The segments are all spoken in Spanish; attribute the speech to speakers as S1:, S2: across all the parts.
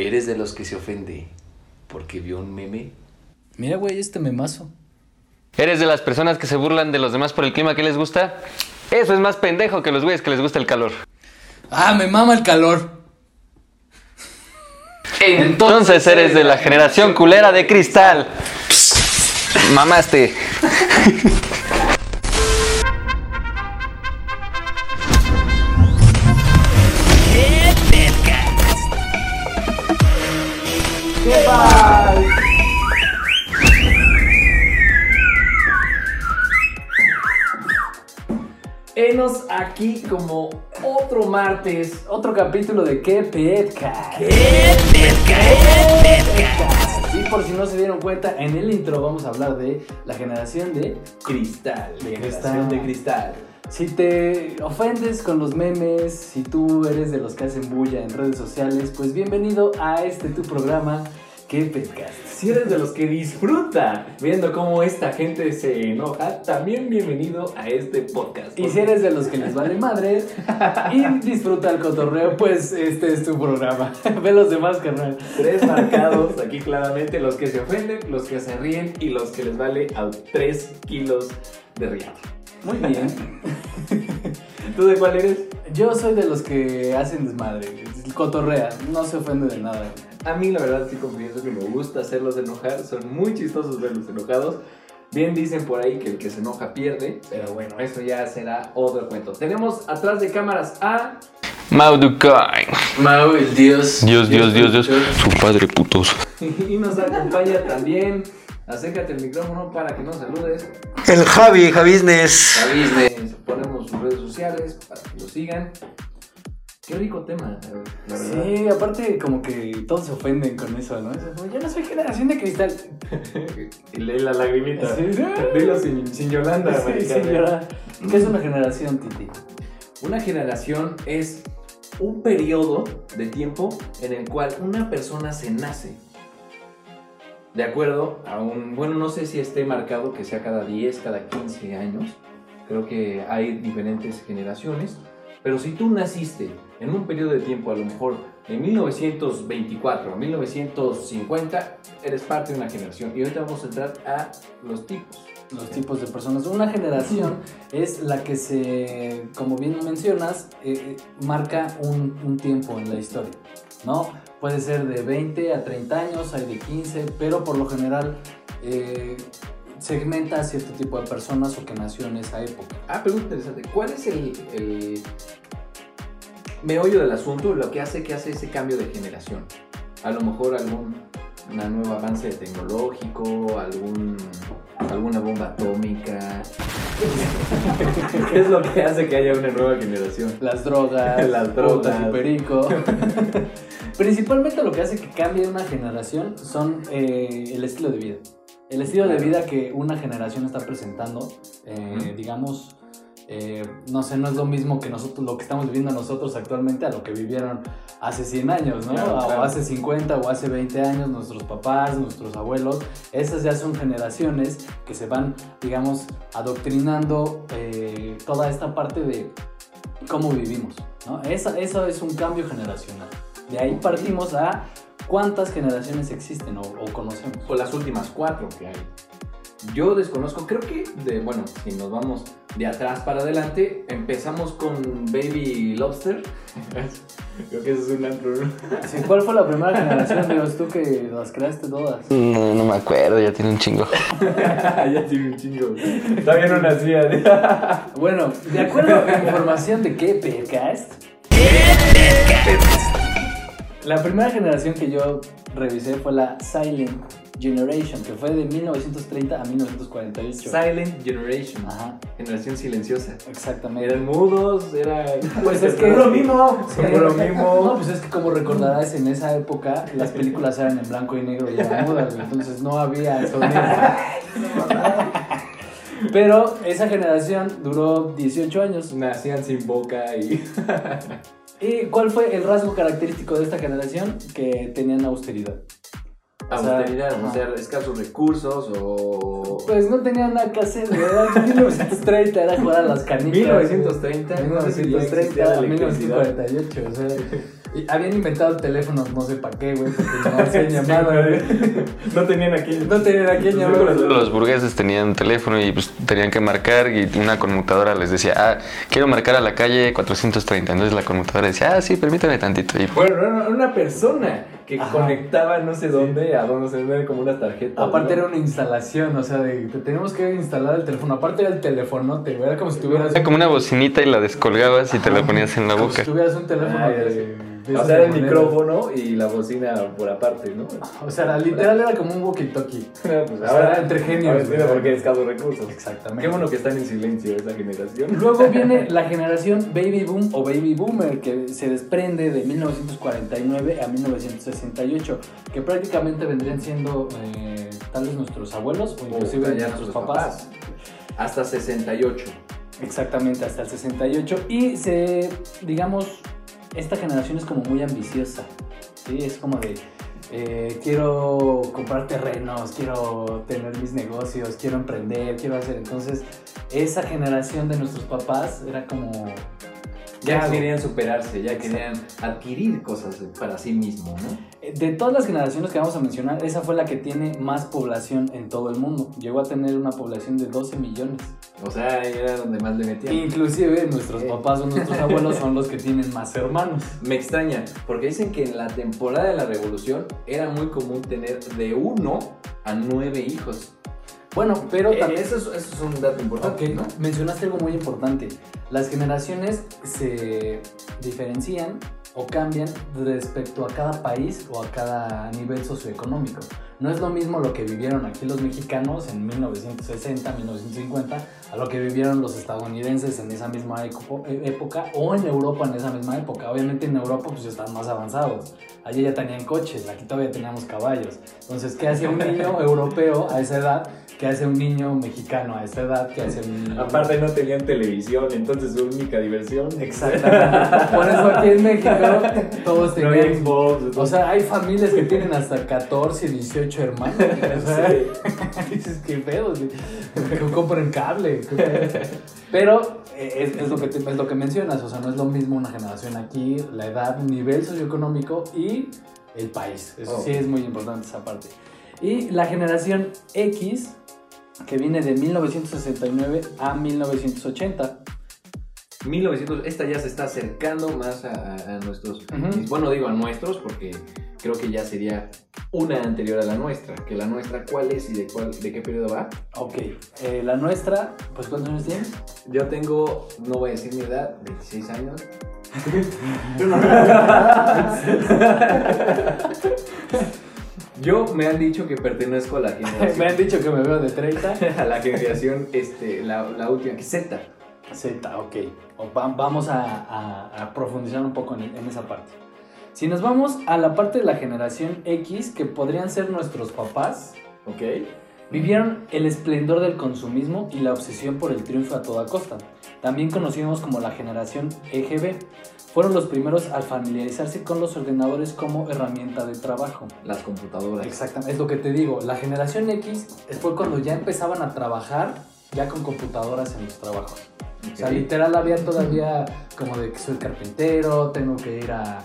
S1: Eres de los que se ofende porque vio un meme.
S2: Mira, güey, este memazo.
S3: ¿Eres de las personas que se burlan de los demás por el clima que les gusta? Eso es más pendejo que los güeyes que les gusta el calor.
S2: Ah, me mama el calor.
S3: Entonces eres de la generación culera de cristal. Mamaste.
S4: Enos aquí como otro martes, otro capítulo de ¿Qué Petcast? ¿Qué Petcast? Y por si no se dieron cuenta, en el intro vamos a hablar de la generación de...
S1: Cristal.
S4: De
S1: generación
S4: cristal.
S1: de cristal.
S4: Si te ofendes con los memes, si tú eres de los que hacen bulla en redes sociales, pues bienvenido a este tu programa ¿Qué Petcast?
S1: Si eres de los que disfruta viendo cómo esta gente se enoja, también bienvenido a este podcast.
S4: Y si eres de los que les vale madre y disfruta el cotorreo, pues este es tu programa. Ve los demás, carnal.
S1: tres marcados aquí claramente, los que se ofenden, los que se ríen y los que les vale a 3 kilos de riata.
S4: Muy bien.
S1: ¿Tú de cuál eres?
S4: Yo soy de los que hacen desmadre, cotorrea, no se ofende de nada.
S1: A mí la verdad sí confieso que me gusta hacerlos enojar, son muy chistosos verlos enojados. Bien dicen por ahí que el que se enoja pierde, pero bueno, eso ya será otro cuento. Tenemos atrás de cámaras a...
S3: Maudukai.
S2: Mau, el dios.
S3: Dios, Dios, Dios, Dios. Su padre putoso.
S1: y nos acompaña también. Acércate el micrófono para que nos saludes.
S5: El Javi, Javisnes.
S1: Avisen, ponemos sus redes sociales para que lo sigan. Qué rico tema, la verdad.
S4: Sí, aparte como que todos se ofenden con eso, ¿no? Es como, Yo no soy generación de cristal.
S1: Y leí la lagrimita.
S4: Sí, sí.
S1: Dilo sin, sin Yolanda,
S4: Sí,
S1: marica.
S4: señora. ¿Qué es una generación, Titi?
S1: Una generación es un periodo de tiempo en el cual una persona se nace. De acuerdo a un. Bueno, no sé si esté marcado que sea cada 10, cada 15 años. Creo que hay diferentes generaciones. Pero si tú naciste en un periodo de tiempo, a lo mejor de 1924 a 1950, eres parte de una generación. Y ahorita vamos a entrar a los tipos.
S4: Los tipos de personas. Una generación es la que se, como bien mencionas, eh, eh, marca un, un tiempo en la historia, ¿no? Puede ser de 20 a 30 años, hay de 15, pero por lo general eh, segmenta a cierto tipo de personas o que nació en esa época.
S1: Ah, pregunta interesante. ¿Cuál es el, el meollo del asunto, lo que hace que hace ese cambio de generación? A lo mejor algún una nuevo avance tecnológico, algún, alguna bomba atómica. ¿Qué es lo que hace que haya una nueva generación?
S4: Las drogas,
S1: Las drogas.
S4: putas y perico. Principalmente lo que hace que cambie una generación son eh, el estilo de vida. El estilo de vida que una generación está presentando, eh,
S1: Ujú.
S4: digamos, eh, no sé, no es lo mismo que nosotros, lo que estamos viviendo nosotros actualmente a lo que vivieron hace 100 años, ¿no?
S1: Claro,
S4: o
S1: claro.
S4: hace 50 o hace 20 años, nuestros papás, nuestros abuelos. Esas ya son generaciones que se van, digamos, adoctrinando eh, toda esta parte de cómo vivimos, ¿no? Esa- Eso, es un cambio generacional. De ahí partimos a cuántas generaciones existen o, o conocemos.
S1: O las últimas cuatro que hay. Yo desconozco, creo que, de, bueno, si nos vamos de atrás para adelante, empezamos con Baby Lobster. creo que eso es un antro, ¿no?
S4: Sí, ¿Cuál fue la primera generación, Dios, tú que las creaste todas?
S3: No, no me acuerdo, ya tiene un chingo.
S1: Ah, ya tiene un chingo. Todavía no nacía.
S4: Bueno, de acuerdo a la información de qué podcast. La primera generación que yo revisé fue la Silent Generation, que fue de 1930 a 1948.
S1: Silent Generation.
S4: Ajá,
S1: Generación silenciosa.
S4: exactamente.
S1: Eran mudos, era.
S4: Pues es que-
S1: mimo. Seguro
S4: No,
S1: mimo.
S4: pues es que como recordarás, en esa época las películas eran en blanco y negro y eran mudas, güey, entonces no había sonido. Pero esa generación duró 18
S1: pues-
S4: años.
S1: Nacían sin boca y.
S4: ¿Y cuál fue el rasgo característico de esta generación? Que tenían austeridad. O sea,
S1: Austeridad,
S4: ajá.
S1: o sea, escasos recursos o.
S4: Pues no tenían nada que hacer, ¿verdad? 1930 era jugar a las canicas.
S1: 1930, no sé si ya existía la
S4: 1930
S1: electricidad.
S4: 1948, o sea, Y habían inventado teléfonos, no sé para qué, güey, porque no hacían
S6: Sí,
S4: llamada,
S6: güey.
S4: güey.
S6: No tenían aquí.
S4: No tenían a quién
S6: Los
S4: llamar.
S6: números de-
S3: Los burgueses tenían teléfono y pues, tenían que marcar y una conmutadora les decía, ah, quiero marcar a la calle 430. Entonces la conmutadora decía, ah, sí, permítame tantito. Y pues,
S1: Bueno, era una- una persona que
S4: Ajá.
S1: conectaba no sé dónde a donde se ve como unas tarjetas.
S4: Aparte
S1: ¿no?
S4: era una instalación, o sea, de, te tenemos que instalar el teléfono. Aparte era el teléfono, te era como si tuvieras
S3: era como una bocinita y la descolgabas y te la ponías en la
S4: como
S3: boca.
S4: si tuvieras un teléfono
S1: Ah, ya
S4: de,
S1: sé.
S4: de
S1: O
S4: esos
S1: sea, era el
S4: monedas.
S1: micrófono y la bocina por aparte, ¿no?
S4: O sea, era- literal era como un walkie-talkie.
S1: Pues
S4: era entre genios,
S1: ahora entiendo
S4: güey.
S1: por qué escasos recursos.
S4: Exactamente.
S1: Qué bueno que están en silencio esa generación.
S4: Luego viene la generación Baby Boom o Baby Boomer, que se desprende de 1949 a 1968, que prácticamente vendrían siendo eh, tal vez nuestros abuelos o inclusive
S1: Puta, ya
S4: nuestros
S1: nuestros
S4: papás.
S1: papás. Hasta 68.
S4: Exactamente, hasta el 68. Y se, digamos, esta generación es como muy ambiciosa. Sí, es como de, eh, quiero comprar terrenos, quiero tener mis negocios, quiero emprender, quiero hacer. Entonces, esa generación de nuestros papás era como...
S1: Ya
S4: Claro.
S1: querían superarse, ya querían adquirir cosas para sí mismo, ¿no?
S4: Eh, De todas las generaciones que vamos a mencionar, esa fue la que tiene más población en todo el mundo. Llegó a tener una población de 12 millones.
S1: O sea, era donde más le metían.
S4: Inclusive nuestros papás o nuestros abuelos son los que tienen más hermanos.
S1: Me extraña, porque dicen que en la temporada de la revolución era muy común tener de uno a nueve hijos.
S4: Bueno, pero
S1: Eh,
S4: también...
S1: eso, es, eso es un dato
S4: Ok,
S1: importante, ¿no?
S4: mencionaste algo muy importante. Las generaciones se diferencian o cambian respecto a cada país o a cada nivel socioeconómico. No es lo mismo lo que vivieron aquí los mexicanos en 1960, 1950, a lo que vivieron los estadounidenses en esa misma eco- eh, época o en Europa en esa misma época. Obviamente en Europa pues ya están más avanzados. Allí ya tenían coches, aquí todavía teníamos caballos. Entonces, ¿qué hace un niño europeo a esa edad? ¿Qué hace un niño mexicano a esa edad? ¿Qué hace un niño...
S1: Aparte no tenían televisión, entonces su única diversión.
S4: Exactamente. Por eso aquí en México todos
S6: No había
S4: tenían...
S6: Xbox.
S4: O
S6: entonces-
S4: sea, hay familias que tienen hasta 14, 18 hermanos. O sea,
S6: Sí.
S4: Dices, qué pedo, güey. que compren cable. qué pedo. Pero eh, es, es lo que te- es lo que mencionas, o sea, no es lo mismo una generación aquí, la edad, nivel socioeconómico y el país. Eso
S1: Oh.
S4: sí es muy importante esa parte. Y la generación X, que viene de 1969 a 1980.
S1: 1900, esta ya se está acercando más a, a- a nuestros.
S4: Ujú.
S1: Bueno, digo a nuestros porque creo que ya sería una anterior a la nuestra. Que la nuestra, ¿cuál es y de, cuál, de qué periodo va?
S4: Ok, eh, la nuestra, pues ¿cuántos años tienes?
S1: Yo tengo, no voy a decir mi edad, 26 años. Yo me han dicho que pertenezco a la
S4: Me han
S1: generación,
S4: dicho que me veo de 30.
S1: a la generación, este, la, la última, que Z.
S4: Z, ok. O va- vamos a, a- a profundizar un poco en, en esa parte. Si nos vamos a la parte de la generación X, que podrían ser nuestros papás,
S1: ¿Ok?
S4: vivieron el esplendor del consumismo y la obsesión por el triunfo a toda costa. También conocimos como la generación EGB. Fueron los primeros al familiarizarse con los ordenadores como herramienta de trabajo.
S1: Las computadoras.
S4: Exactamente, es lo que te digo. La generación X fue cuando ya empezaban a trabajar ya con computadoras en los trabajos. O sea, literal había todavía como de que soy carpintero, tengo que ir a,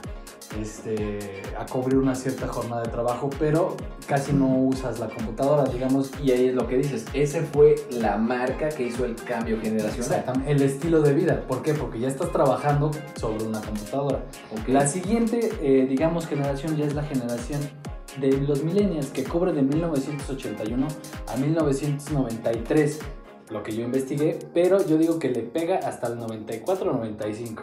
S4: este, a cubrir una cierta jornada de trabajo, pero casi no usas la computadora, digamos.
S1: Y ahí es lo que dices, ese fue la marca que hizo el cambio generacional.
S4: Exactamente, el estilo de vida. ¿Por qué? Porque ya estás trabajando sobre una computadora.
S1: ¿Ok?
S4: La siguiente, eh, digamos, generación ya es la generación de los millennials, que cubre de 1981 a 1993, lo que yo investigué, pero yo digo que le pega hasta el 94-95.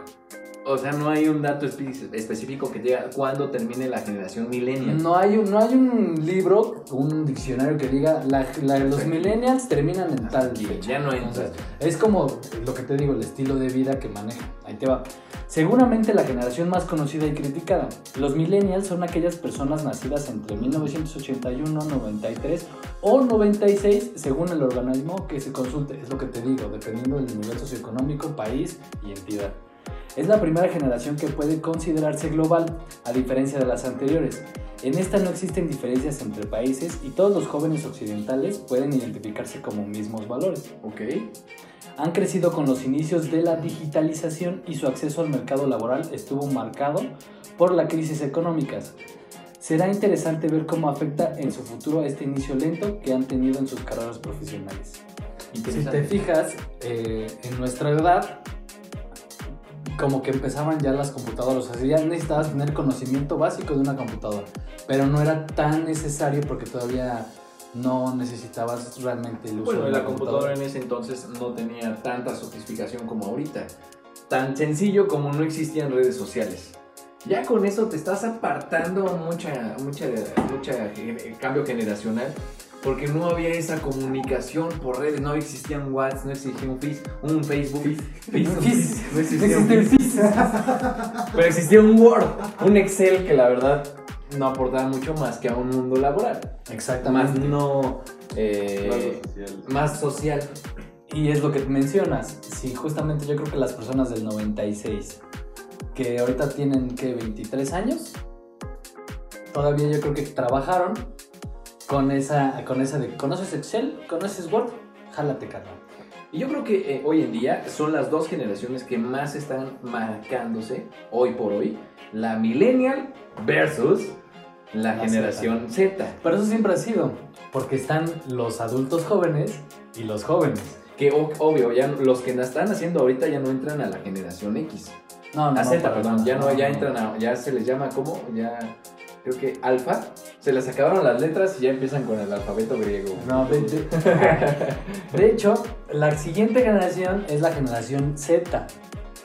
S1: O sea, no hay un dato espe- específico que diga cuándo termine la generación millennial.
S4: No hay, un, no hay un libro, un diccionario que diga la- la- los millennials terminan en tal
S1: Aquí,
S4: fecha.
S1: ya no entra.
S4: Entonces, es como lo que te digo, el estilo de vida que maneja. Ahí te va. Seguramente la generación más conocida y criticada. Los millennials son aquellas personas nacidas entre 1981, 93 o 96, según el organismo que se consulte. Es lo que te digo, dependiendo del nivel socioeconómico, país y entidad. Es la primera generación que puede considerarse global, a diferencia de las anteriores. En esta no existen diferencias entre países y todos los jóvenes occidentales pueden identificarse como mismos valores
S1: ¿Ok?
S4: han crecido con los inicios de la digitalización y su acceso al mercado laboral estuvo marcado por la crisis económicas. Será interesante ver cómo afecta en su futuro este inicio lento que han tenido en sus carreras profesionales. Si te fijas, eh, en nuestra edad, como que empezaban ya las computadoras, o sea, ya necesitabas tener conocimiento básico de una computadora, pero no era tan necesario porque todavía no necesitabas realmente el uso
S1: Bueno,
S4: de
S1: la computadora en ese entonces no tenía tanta sofisticación como ahorita. Tan sencillo como no existían redes sociales. Ya con eso te estás apartando mucha, mucha, mucha gen- cambio generacional. Porque no había esa comunicación por redes, no existían WhatsApp, no existía un, Face- un Facebook, Facebook,
S4: Fizz.
S1: no
S4: No
S1: existía un
S4: existe el Fizz.
S1: Pero existía un Word, un Excel que la verdad no aportaba mucho más que a un mundo laboral. Más
S4: Exactamente.
S1: no. eh, más social.
S4: Y es lo que mencionas. Sí, justamente yo creo que las personas del 96, que ahorita tienen que 23 años, todavía yo creo que trabajaron con esa, con esa de, ¿conoces Excel? ¿Conoces Word? Jálate, carnal.
S1: Y yo creo que eh, hoy en día son las dos generaciones que más están marcándose, hoy por hoy, la Millennial versus la,
S4: La
S1: generación Z.
S4: Pero eso siempre ha sido, porque están los adultos jóvenes y los jóvenes.
S1: Que o- obvio, ya los que la están haciendo ahorita ya no entran a la generación X.
S4: No,
S1: A Z,
S4: para
S1: perdón,
S4: nada.
S1: ya no, ya entran a- ya se les llama como, ya creo que alfa, se les acabaron las letras y ya empiezan con el alfabeto griego.
S4: No, de, de- de hecho, la siguiente generación es la generación Z,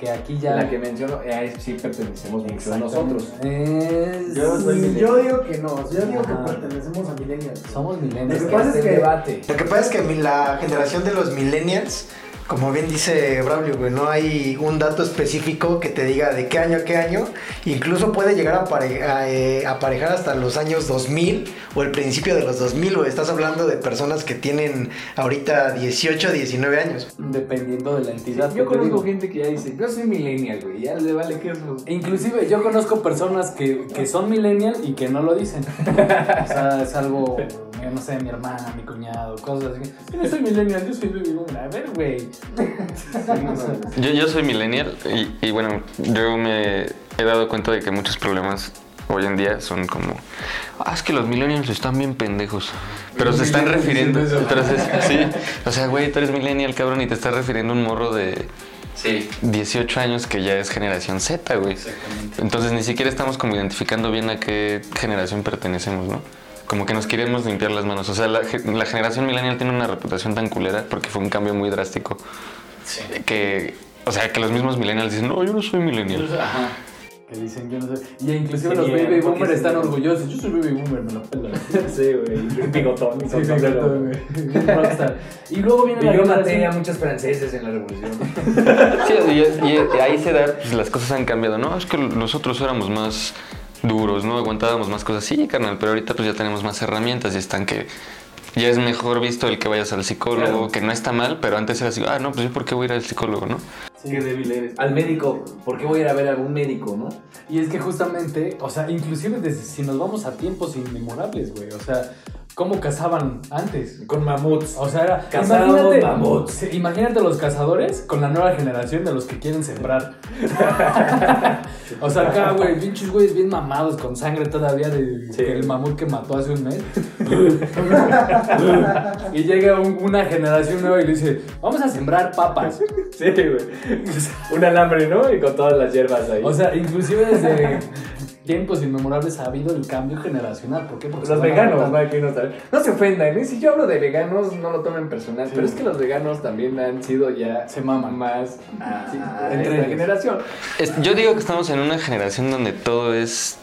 S4: que aquí ya...
S1: La que menciono, eh, a esa sí pertenecemos mucho a
S4: Exactamente.
S1: nosotros.
S4: Es-
S6: Yo,
S1: soy millennial.
S6: yo digo que no, yo digo que
S4: Ajá.
S6: pertenecemos a millennials.
S4: Somos
S6: Lo
S4: millennials.
S6: que pasa es que-
S1: debate.
S5: Lo que pasa es que mi- la generación de los millennials, como bien dice Braulio, güey, no hay un dato específico que te diga de qué año a qué año. Incluso puede llegar a, apare- a, eh, aparejar hasta los años 2000 o el principio de los 2000, güey. Estás hablando de personas que tienen ahorita 18, 19 años.
S4: Dependiendo de la entidad. que
S1: yo
S4: te
S1: conozco
S4: digo.
S1: gente que ya dice, yo soy millennial, güey, ya le vale que eso.
S4: Inclusive yo conozco personas que, que son millennial y que no lo dicen. O sea, es algo, yo no sé, mi hermana, mi cuñado, cosas así. Yo no soy millennial, yo soy baby boomer. A ver, güey.
S3: Yo, yo soy millennial y, y bueno, yo me he dado cuenta de que muchos problemas hoy en día son como, ah, es que los millennials están bien pendejos, pero
S4: Los
S3: se están
S4: millennials
S3: refiriendo,
S4: diciendo eso.
S3: pero se- sí, o sea, güey, tú eres millennial, cabrón, y te estás refiriendo a un morro de 18 años que ya es generación Z, güey. Entonces ni siquiera estamos como identificando bien a qué generación pertenecemos, ¿no? Como que nos queremos limpiar las manos. O sea, la, ge- la generación millennial tiene una reputación tan culera porque fue un cambio muy drástico. Que, o sea, que los mismos millennials dicen, no, yo no soy millennial.
S4: Que dicen que no sé. Y inclusive
S1: Sí,
S4: los baby
S1: porque
S4: boomers
S1: sí.
S4: están orgullosos. Yo soy baby boomer, me lo pelan.
S1: Sí, güey, bigotón.
S4: Sí, sí, sí, rockstar. y luego viene la
S1: yo maté a
S4: generación-
S1: muchos franceses en la revolución.
S3: Sí, y, y a esa edad pues, las cosas han cambiado, ¿no? Es que nosotros éramos más duros, ¿no? Aguantábamos más cosas. Sí, carnal, pero ahorita pues ya tenemos más herramientas y están que... Ya es mejor visto el que vayas al psicólogo,
S1: Claro.
S3: que no está mal, pero antes era así, ah, no, pues yo por qué voy a ir al psicólogo, ¿no?
S1: Qué débil eres. Al médico, ¿por qué voy a ir a ver a algún médico, no?
S4: Y es que justamente, o sea, inclusive desde si nos vamos a tiempos inmemorables, güey. O sea, ¿cómo cazaban antes?
S1: Con mamuts.
S4: O sea, era.
S1: Cazaban
S4: imagínate,
S1: mamuts.
S4: sí, imagínate los cazadores con la nueva generación de los que quieren sembrar. o sea, acá, güey, pinches güeyes bien mamados con sangre todavía de,
S1: Sí.
S4: del mamut que mató hace un mes. y llega un- una generación nueva y le dice: Vamos a sembrar papas.
S1: Sí, güey. Pues, Un alambre, ¿no? Y con todas las hierbas ahí.
S4: O sea, inclusive desde tiempos inmemorables ha habido el cambio generacional. ¿Por qué? Porque
S1: los
S4: se van
S1: veganos,
S4: adaptando.
S1: ¿no? Aquí no saben. No se ofendan, ¿eh? Si yo hablo de veganos, no lo tomen personal. Pero es que los veganos también han sido ya
S4: Se maman.
S1: más a, a
S4: entre
S1: esta
S4: ellos.
S1: generación.
S3: Es- yo digo que estamos en una generación donde todo es.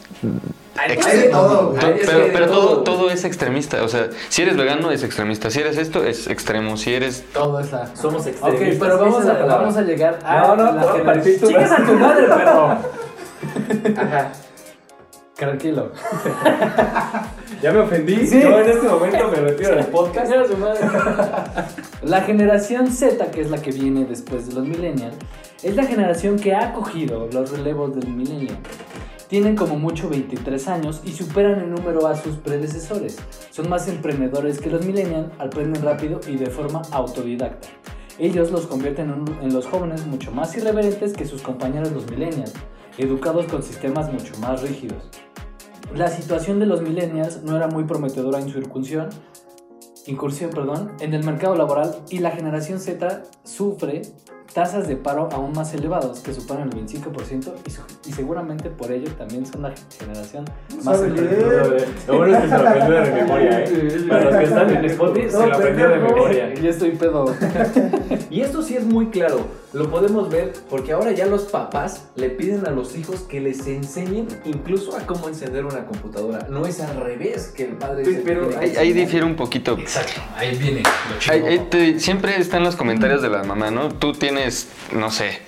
S5: Hay de todo,
S3: to-
S5: güey.
S1: Ay, es que
S3: pero
S1: de
S3: pero todo,
S1: todo.
S3: todo es extremista. O sea, si eres vegano es extremista. Si eres esto es extremo. Si eres.
S4: Todo está.
S1: Somos
S4: Ok,
S1: extremistas.
S4: pero
S1: Esa
S4: vamos
S1: es la
S4: a,
S1: palabra.
S4: vamos a llegar a
S1: No, no,
S4: la
S1: no,
S4: generación-
S1: partí tú.
S4: ¡Chingas a tu madre, perro!
S1: Ajá.
S4: Tranquilo.
S1: Ya me ofendí.
S4: Sí.
S1: Yo en este momento me retiro del podcast.
S4: Chingas a tu madre. La generación Z, que es la que viene después de los millennials, es la generación que ha acogido los relevos del millennial. Tienen como mucho 23 años y superan en número a sus predecesores. Son más emprendedores que los millennials, aprenden rápido y de forma autodidacta. Ellos los convierten en, un- en los jóvenes mucho más irreverentes que sus compañeros los millennials. educados con sistemas mucho más rígidos. La situación de los millennials no era muy prometedora en su incursión, incursión perdón, en el mercado laboral y la generación Z sufre tasas de paro aún más elevados que superan el 25% y, su- y seguramente por ello también son la generación más
S6: sabe
S4: elegida.
S6: leer.
S7: Lo bueno es que se lo aprendió de memoria, ¿eh? Para los que están en Spotify, se lo aprendió de memoria.
S4: Yo estoy pedo.
S1: Y esto sí es muy claro, lo podemos ver porque ahora ya los papás le piden a los hijos que les enseñen incluso a cómo encender una computadora. No es al revés que el padre...
S7: Pues,
S1: es el que
S7: pero
S1: tiene que
S3: Ahí, ahí
S1: enseñar.
S3: difiere un poquito.
S2: Exacto, ahí viene lo
S3: Ahí-
S2: chido.
S3: ahí eh, te- siempre están los comentarios de la mamá, ¿no? Tú tienes, no sé,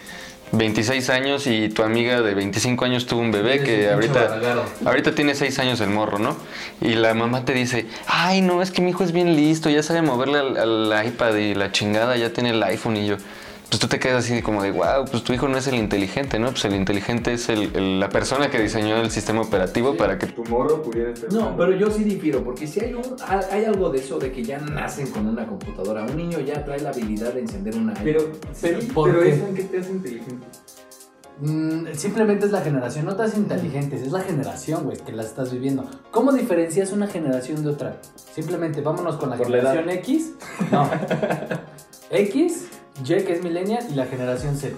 S3: 26 años y tu amiga de 25 años tuvo un bebé que ahorita... Ahorita tiene seis años el morro, ¿no? Y la mamá te dice, ay, no, es que mi hijo es bien listo, ya sabe moverle al, al iPad y la chingada, ya tiene el iPhone y yo. Pues tú te quedas así como de, wow, pues tu hijo no es el inteligente, ¿no? Pues el inteligente es el- el- la persona que diseñó el sistema operativo para que...
S7: Tu morro pudiera estar.
S1: No, pero yo sí difiero, porque si hay, un, a- hay algo de eso de que ya nacen con una computadora, un niño ya trae la habilidad de encender una...
S7: Pero, pero,
S4: ¿por
S7: pero
S4: qué?
S7: eso en qué te hace inteligente.
S4: Mm, simplemente es la generación, no te hace inteligentes, es la generación, güey, que la estás viviendo. ¿Cómo diferencias una generación de otra? Simplemente vámonos con la
S7: Por la
S4: generación X. No. X, Y, que es millennial, y la generación Z.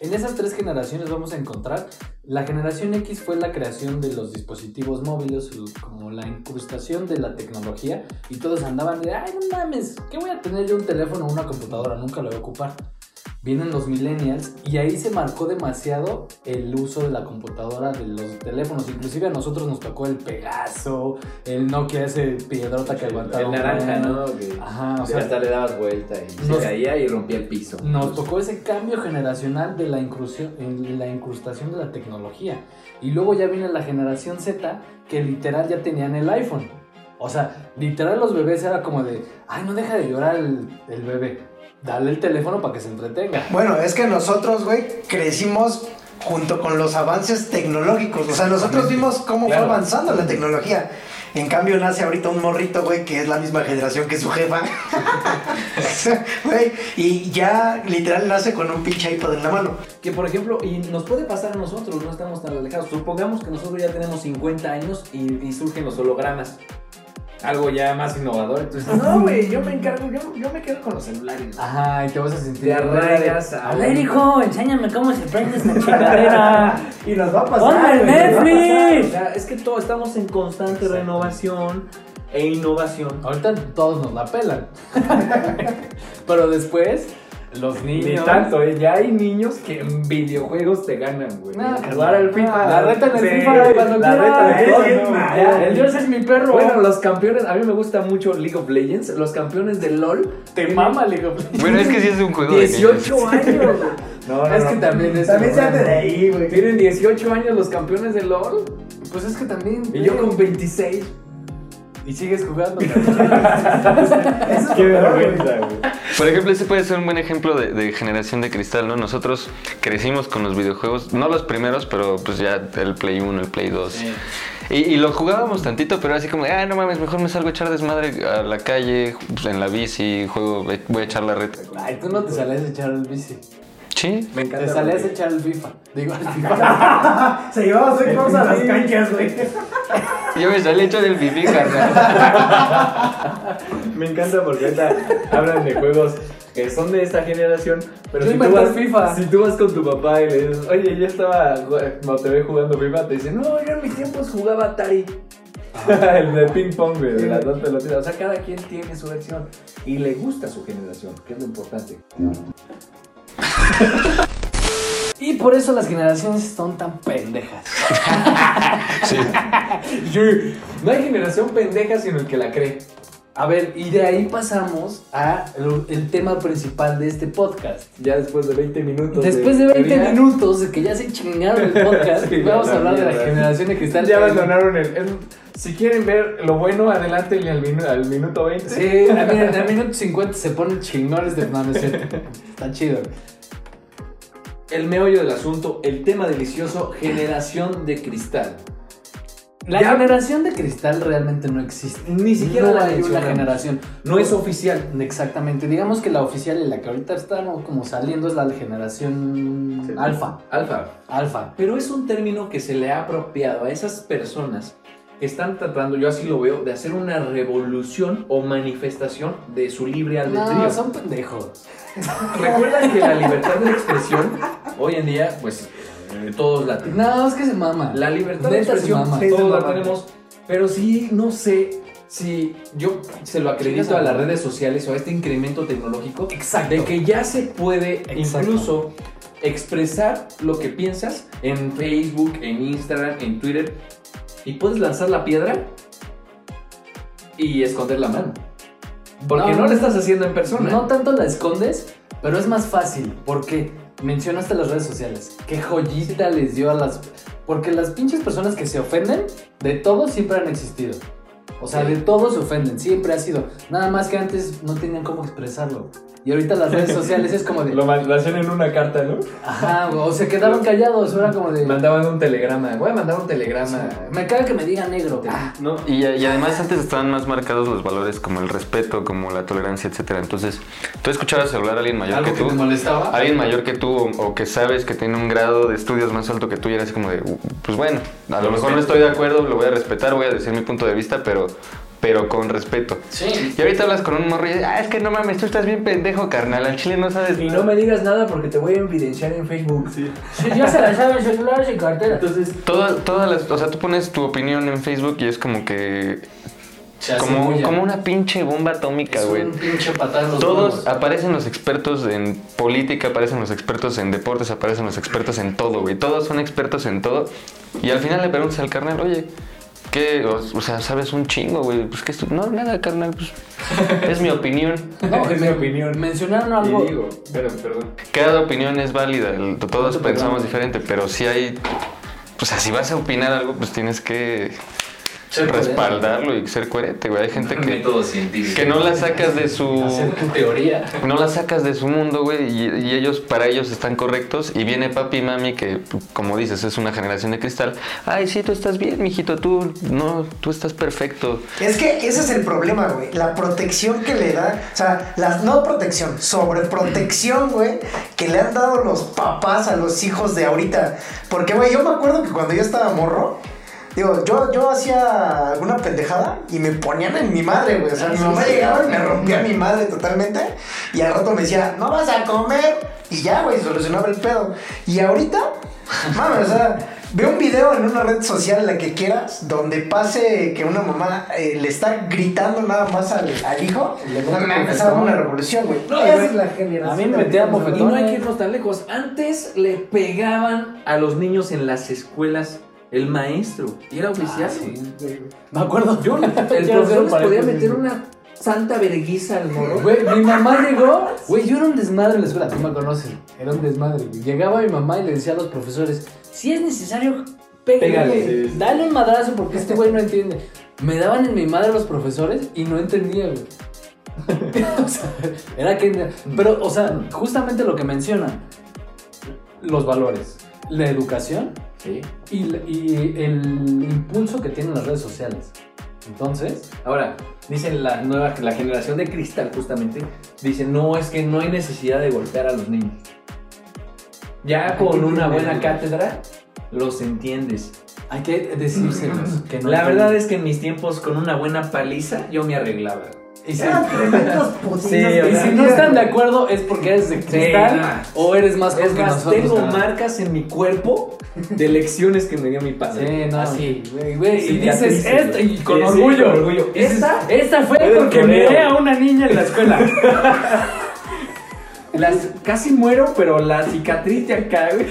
S4: En esas tres generaciones vamos a encontrar, la generación X fue la creación de los dispositivos móviles, el- como la incrustación de la tecnología, y todos andaban de, ay, no mames, ¿qué voy a tener yo un teléfono o una computadora? Nunca lo voy a ocupar vienen los millennials y ahí se marcó demasiado el uso de la computadora, de los teléfonos. Inclusive a nosotros nos tocó el Pegaso, el Nokia ese piedrota que aguantaba.
S1: el
S4: un
S1: naranja,
S4: buen.
S1: ¿no? Que
S4: Ajá, o sea,
S1: hasta le dabas vuelta y se
S4: Nos-
S1: caía y rompía el piso.
S4: nos tocó ese cambio generacional de la, incrusión- en la incrustación de la tecnología. Y luego ya viene la generación Z que literal ya tenían el iPhone. O sea, literal los bebés era como de, ay, no deja de llorar el, el bebé. Dale el teléfono para que se entretenga.
S5: Bueno, es que nosotros, güey, crecimos junto con los avances tecnológicos. O sea, nosotros vimos cómo
S1: Claro.
S5: fue avanzando la tecnología. En cambio, nace ahorita un morrito, güey, que es la misma generación que su jefa. Güey, y ya literal nace con un pinche iPod en la mano.
S1: Que por ejemplo, y nos puede pasar a nosotros, no estamos tan alejados. Supongamos que nosotros ya tenemos 50 años y, y surgen los hologramas. Algo ya más innovador. Entonces, no, güey, yo me encargo, yo, yo me quedo con los celulares.
S4: Ajá, y te vas a sentir.
S1: Te arraigas a.
S8: A ver, hijo, enséñame cómo se prende esta chingadera.
S6: Y nos va a
S8: ¡Ponme
S6: pasar.
S8: el
S6: güey, nos va a
S1: O
S8: Netflix!
S1: sea, es que todo, estamos en constante
S4: Exacto.
S1: renovación e innovación.
S4: Ahorita todos nos la pelan. Pero después, los niños.
S1: Ni tanto, ¿eh? ya hay niños que en videojuegos te ganan, güey.
S4: Ah,
S1: Jugar al FIFA.
S4: La reta en el
S1: Sí,
S4: FIFA cuando
S1: la
S4: quieras.
S1: reta en el
S6: Sí,
S1: FIFA,
S6: no,
S1: ya,
S6: ya.
S1: el
S4: El
S1: Dios
S4: dios es mi perro.
S1: Bueno, los campeones, a mí me gusta mucho League of Legends, los campeones de LOL.
S4: te mama, le digo.
S3: Bueno, es que sí es un juego de... niños.
S1: 18 años. No,
S4: Es que también es.
S6: También se hace de ahí, güey.
S1: Tienen 18 años los campeones de LOL
S4: Pues es que también.
S1: y yo con 26.
S4: Y sigues jugando.
S7: Qué vergüenza, güey.
S3: Por ejemplo, ese puede ser un buen ejemplo de, de generación de cristal, ¿no? Nosotros crecimos con los videojuegos, no los primeros, pero pues ya el Play 1, el Play 2. Y, y lo jugábamos tantito, pero era así como, de, ah, no mames, mejor me salgo a echar desmadre a la calle, pues, en la bici, juego, ve- voy a echar la reta.
S4: Ay, tú no te salías a echar el bici.
S3: Sí,
S1: Me
S4: Te
S1: encanta.
S4: salías a
S1: porque-
S4: echar el FIFA. Digo, al FIFA.
S6: Se llevaba su Xbox a las canchas, güey.
S3: yo me salí a echar el bibi, carnal.
S7: Me encanta porque ahorita hablan de juegos que son de esta generación, pero
S4: Yo
S7: si tú,
S4: inventé
S7: vas,
S4: FIFA.
S7: si tú vas con tu papá y le dices, oye, yo estaba, no te ve jugando FIFA, te dice, no, yo en mis tiempos jugaba Atari. el de ping pong, güey, de las dos pelotitas.
S1: O sea, cada quien tiene su versión y le gusta su generación, que es lo importante.
S4: Y por eso las generaciones son tan pendejas.
S1: No hay generación pendeja sino el que la cree.
S4: A ver, y de ahí pasamos a lo- el tema principal de este podcast.
S1: Ya después de 20 minutos.
S4: Después de 20
S1: teoría,
S4: minutos de que ya se chingaron el podcast,
S7: Sí,
S4: vamos
S7: la
S4: a hablar de la
S7: mierda.
S4: generación de cristal.
S7: Ya abandonaron el, el- Si quieren ver lo bueno, adelántenle al, minu- al minuto 20.
S4: Sí, a mí en el minuto 50 se ponen chingones de no, no es cierto. Está chido.
S1: El meollo del asunto, el tema delicioso, generación de cristal.
S4: La
S7: Ya.
S4: generación de cristal realmente no existe.
S7: Ni siquiera
S4: no
S7: la
S4: hay una
S7: mencionamos.
S4: generación.
S7: No es oficial.
S4: Exactamente. Digamos que la oficial y la que ahorita estamos como saliendo es la generación
S7: Sí.
S4: alfa.
S1: Alfa.
S4: Alfa.
S1: Pero es un término que se le ha apropiado a esas personas que están tratando, yo así lo veo, de hacer una revolución o manifestación de su libre albedrío.
S4: No, son pendejos.
S1: Recuerda que la libertad de expresión hoy en día, pues, eh, todos la tenemos.
S4: No, es que se mama.
S1: La libertad de
S4: Neta, sí,
S1: expresión
S4: mamá.
S1: todos la
S5: Sí, mamá.
S1: tenemos, pero sí, no sé si yo se lo acredito
S4: Chingas a
S1: a las
S4: madre.
S1: redes sociales o a este incremento tecnológico
S4: Exacto.
S1: de que ya se puede
S4: Exacto.
S1: incluso expresar lo que piensas en Facebook, en Instagram, en Twitter y puedes lanzar la piedra y esconder la mano. Porque no,
S4: No,
S1: lo estás haciendo en persona.
S4: No tanto la escondes, pero es más fácil porque mencionaste las redes sociales. Qué joyita les dio a las... Porque las pinches personas que se ofenden, de todo siempre han existido. O sea, de todo se ofenden, siempre ha sido. Nada más que antes no tenían cómo expresarlo. Y ahorita las redes sociales es como de...
S7: Lo man- lo hacían en una carta, ¿no?
S4: Ajá, o se quedaron callados, era como de...
S1: Mandaban un telegrama, voy a mandar un telegrama.
S4: Me caga que me diga negro. Ah,
S3: No, y, y además antes estaban más marcados los valores como el respeto, como la tolerancia, etcétera. Entonces, tú escuchabas hablar a alguien mayor
S4: algo
S3: que
S4: que,
S3: tú,
S4: te molestaba.
S3: alguien mayor que tú o, o que sabes que tiene un grado de estudios más alto que tú y eras como de, "Uh, pues bueno, a lo mejor no estoy de acuerdo, lo voy a respetar, voy a decir mi punto de vista, pero pero con respeto.
S4: Sí.
S3: Y ahorita hablas con un morro y dices, ah, es que no mames, tú estás bien pendejo, carnal, al chile no sabes.
S7: Y no me digas nada porque te voy a evidenciar en Facebook.
S8: Si ya se la saben celulares y carteras.
S7: Entonces,
S3: Toda- todas las, o sea, tú pones tu opinión en Facebook y es como que,
S4: Se hace
S3: como,
S4: bulla.
S3: como una pinche bomba atómica,
S4: Es
S3: güey.
S4: un pinche patada en los
S3: Todos
S4: huevos.
S3: aparecen los expertos en política, aparecen los expertos en deportes, aparecen los expertos en todo, güey. Todos son expertos en todo. Y al final le preguntas al carnal, oye, ¿qué? O, o sea, sabes un chingo, güey. Pues que no, nada, carnal, pues es mi opinión.
S4: No,
S7: es mi
S4: men-
S7: opinión.
S4: Mencionaron
S7: Y
S4: algo...
S7: digo, pero, perdón.
S3: Cada opinión es válida, el- todos pensamos diferente, pero si hay. O sea, si vas a opinar algo, pues tienes que
S4: Ser coherente.
S3: respaldarlo y ser coherente, güey. Hay gente que,
S1: científico.
S3: que no la sacas de su.
S4: Hacer tu teoría.
S3: No las sacas de su mundo, güey, y, y ellos, para ellos están correctos. Y viene papi y mami, que como dices, es una generación de cristal. Ay, sí, tú estás bien, mijito, tú no, tú estás perfecto.
S5: Es que ese es el problema, güey. La protección que le da, o sea, la no protección, sobreprotección, güey, que le han dado los papás a los hijos de ahorita. Porque, güey, yo me acuerdo que cuando yo estaba morro, digo, yo, yo hacía alguna pendejada y me ponían en mi madre, güey. O sea, mi mamá llegaba y me rompía mi madre totalmente. Y al rato me decía, no vas a comer. Y ya, güey, solucionaba el pedo. Y ahorita, Mames, o sea, ve un video en una red social, la que quieras, donde pase que una mamá eh, le está gritando nada más al, al hijo.
S4: Le
S5: No
S4: mete
S5: mames,
S4: un
S5: hago una revolución, güey.
S1: No,
S5: Esa
S1: güey.
S5: es la generación.
S4: A mí me
S5: de
S4: metían
S5: ahorita,
S1: Y
S4: bofetón.
S1: no hay que irnos tan lejos. Antes le pegaban a los niños en las escuelas el maestro. Y era
S4: Ah,
S1: oficial.
S4: Me acuerdo.
S1: Yo, el
S4: Quiero hacer
S1: profesor
S4: un
S1: les podía
S4: paréntesis.
S1: meter una santa verguiza al morro.
S4: Güey, mi mamá llegó. Güey, yo era un desmadre en la escuela. Tú me conoces. Era un desmadre. güey. Llegaba mi mamá y le decía a los profesores: Si es necesario,
S7: Pégale, sí,
S4: pégale.
S7: sí.
S4: Dale un madrazo porque este güey no entiende. Me daban en mi madre los profesores y no entendía, güey. o sea, era que. Pero, o sea, justamente lo que mencionan: los valores, la educación
S1: Sí.
S4: y, la- y el impulso que tienen las redes sociales. Entonces,
S1: Ahora, dicen la nueva la generación de cristal, justamente, dice, no, es que no hay necesidad de golpear a los niños. Ya con una buena cátedra, los entiendes.
S4: hay que decírselos. que no
S1: La
S4: entienden.
S1: verdad es que en mis tiempos, con una buena paliza, yo me arreglaba.
S4: Y si-
S6: Eran tremendos putinos
S1: Sí,
S6: que
S1: o
S4: Y
S1: sea,
S4: si
S6: tenían,
S4: no están de
S6: güey.
S4: acuerdo es porque eres de
S1: Sí,
S4: cristal
S1: nah.
S4: o eres más
S1: Es
S4: joven que
S1: más,
S4: nosotros.
S1: tengo
S4: nada.
S1: marcas en mi cuerpo de lecciones que me dio mi padre.
S4: Sí, no.
S1: Así.
S4: güey, güey,
S1: Ah, Sí,
S4: y dices
S1: cicatrices,
S4: esta
S1: güey.
S4: y con
S1: Sí, sí,
S4: orgullo.
S1: con orgullo.
S4: Y dices,
S1: Esta-
S4: esta fue
S1: Eres
S4: porque
S1: torero.
S4: miré a una niña en la escuela.
S1: Las, casi muero, pero la cicatriz de acá, güey.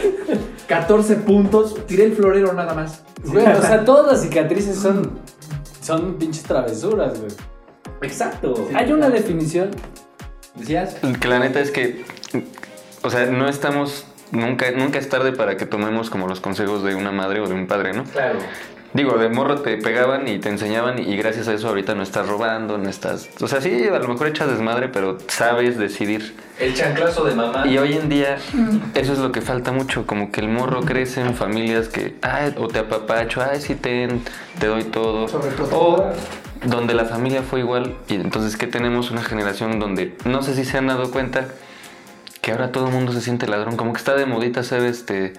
S1: 14 puntos. Tiré el florero nada más.
S4: Güey, o sea, todas las cicatrices son son pinches travesuras, güey.
S1: Exacto.
S4: Hay una definición.
S1: Decías.
S3: Que la neta es que, o sea, no estamos, nunca, nunca es tarde para que tomemos como los consejos de una madre o de un padre, ¿no?
S1: Claro.
S3: Digo, de morro te pegaban y te enseñaban y gracias a eso ahorita no estás robando, no estás... O sea, sí, a lo mejor echas desmadre, pero sabes decidir.
S1: El chanclazo de mamá.
S3: Y hoy en día
S4: Mm.
S3: eso es lo que falta mucho, como que el morro crece en familias que, ay, o te apapacho, ay, sí, ten, te doy todo. O
S5: Sobreprotectora.
S3: donde la familia fue igual y entonces que tenemos una generación donde no sé si se han dado cuenta que ahora todo el mundo se siente ladrón, como que está de modita ser este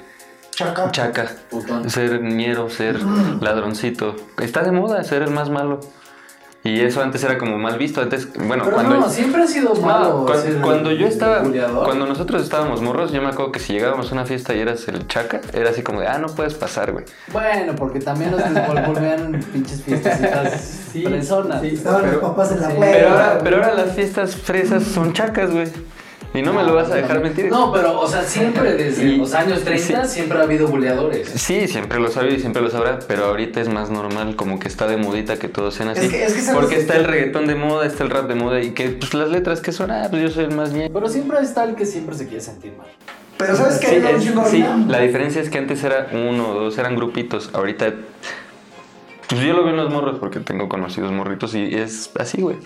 S5: Chaca.
S3: chaca,
S4: Ah, Putón. Mm.
S3: ser ñero, ser ladroncito. Está de moda ser el más malo. Y eso antes era como mal visto, antes, bueno,
S4: Pero
S3: cuando
S4: no, siempre ha sido malo.
S3: cuan- cuando,
S4: ser
S3: yo estaba,
S4: buleador.
S3: cuando nosotros estábamos morros, yo me acuerdo que si llegábamos a una fiesta y eras el chaca, era así como de, ah, no puedes pasar, güey.
S4: Bueno, porque también nos desenvolvían pinches fiestecitas sí, personas.
S6: Estaban los papás en la
S4: Sí.
S6: huelga.
S3: Pero ahora, pero ahora las fiestas fresas son chacas, güey. Y no, me lo vas a dejar mentir.
S2: No, pero, o sea, siempre desde
S3: Y-
S2: los años 30 siempre ha habido buleadores.
S3: Sí, siempre lo sabía y siempre lo sabrá, pero ahorita es más normal, como que está de modita que todos sean así.
S5: Es que- es que sabes
S3: porque
S5: que-
S3: está el reggaetón de moda, está el rap de moda y que pues, las letras que son, ah, pues yo soy el más bien.
S4: Pero siempre está el que siempre se quiere sentir mal.
S5: Pero ¿sabes qué?
S3: Sí,
S5: Hay un
S3: es-
S5: chingo
S3: sí,
S5: ahorita.
S3: la diferencia es que antes era uno o dos, eran grupitos. Ahorita, pues yo lo veo en los morros porque tengo conocidos morritos y es así, güey.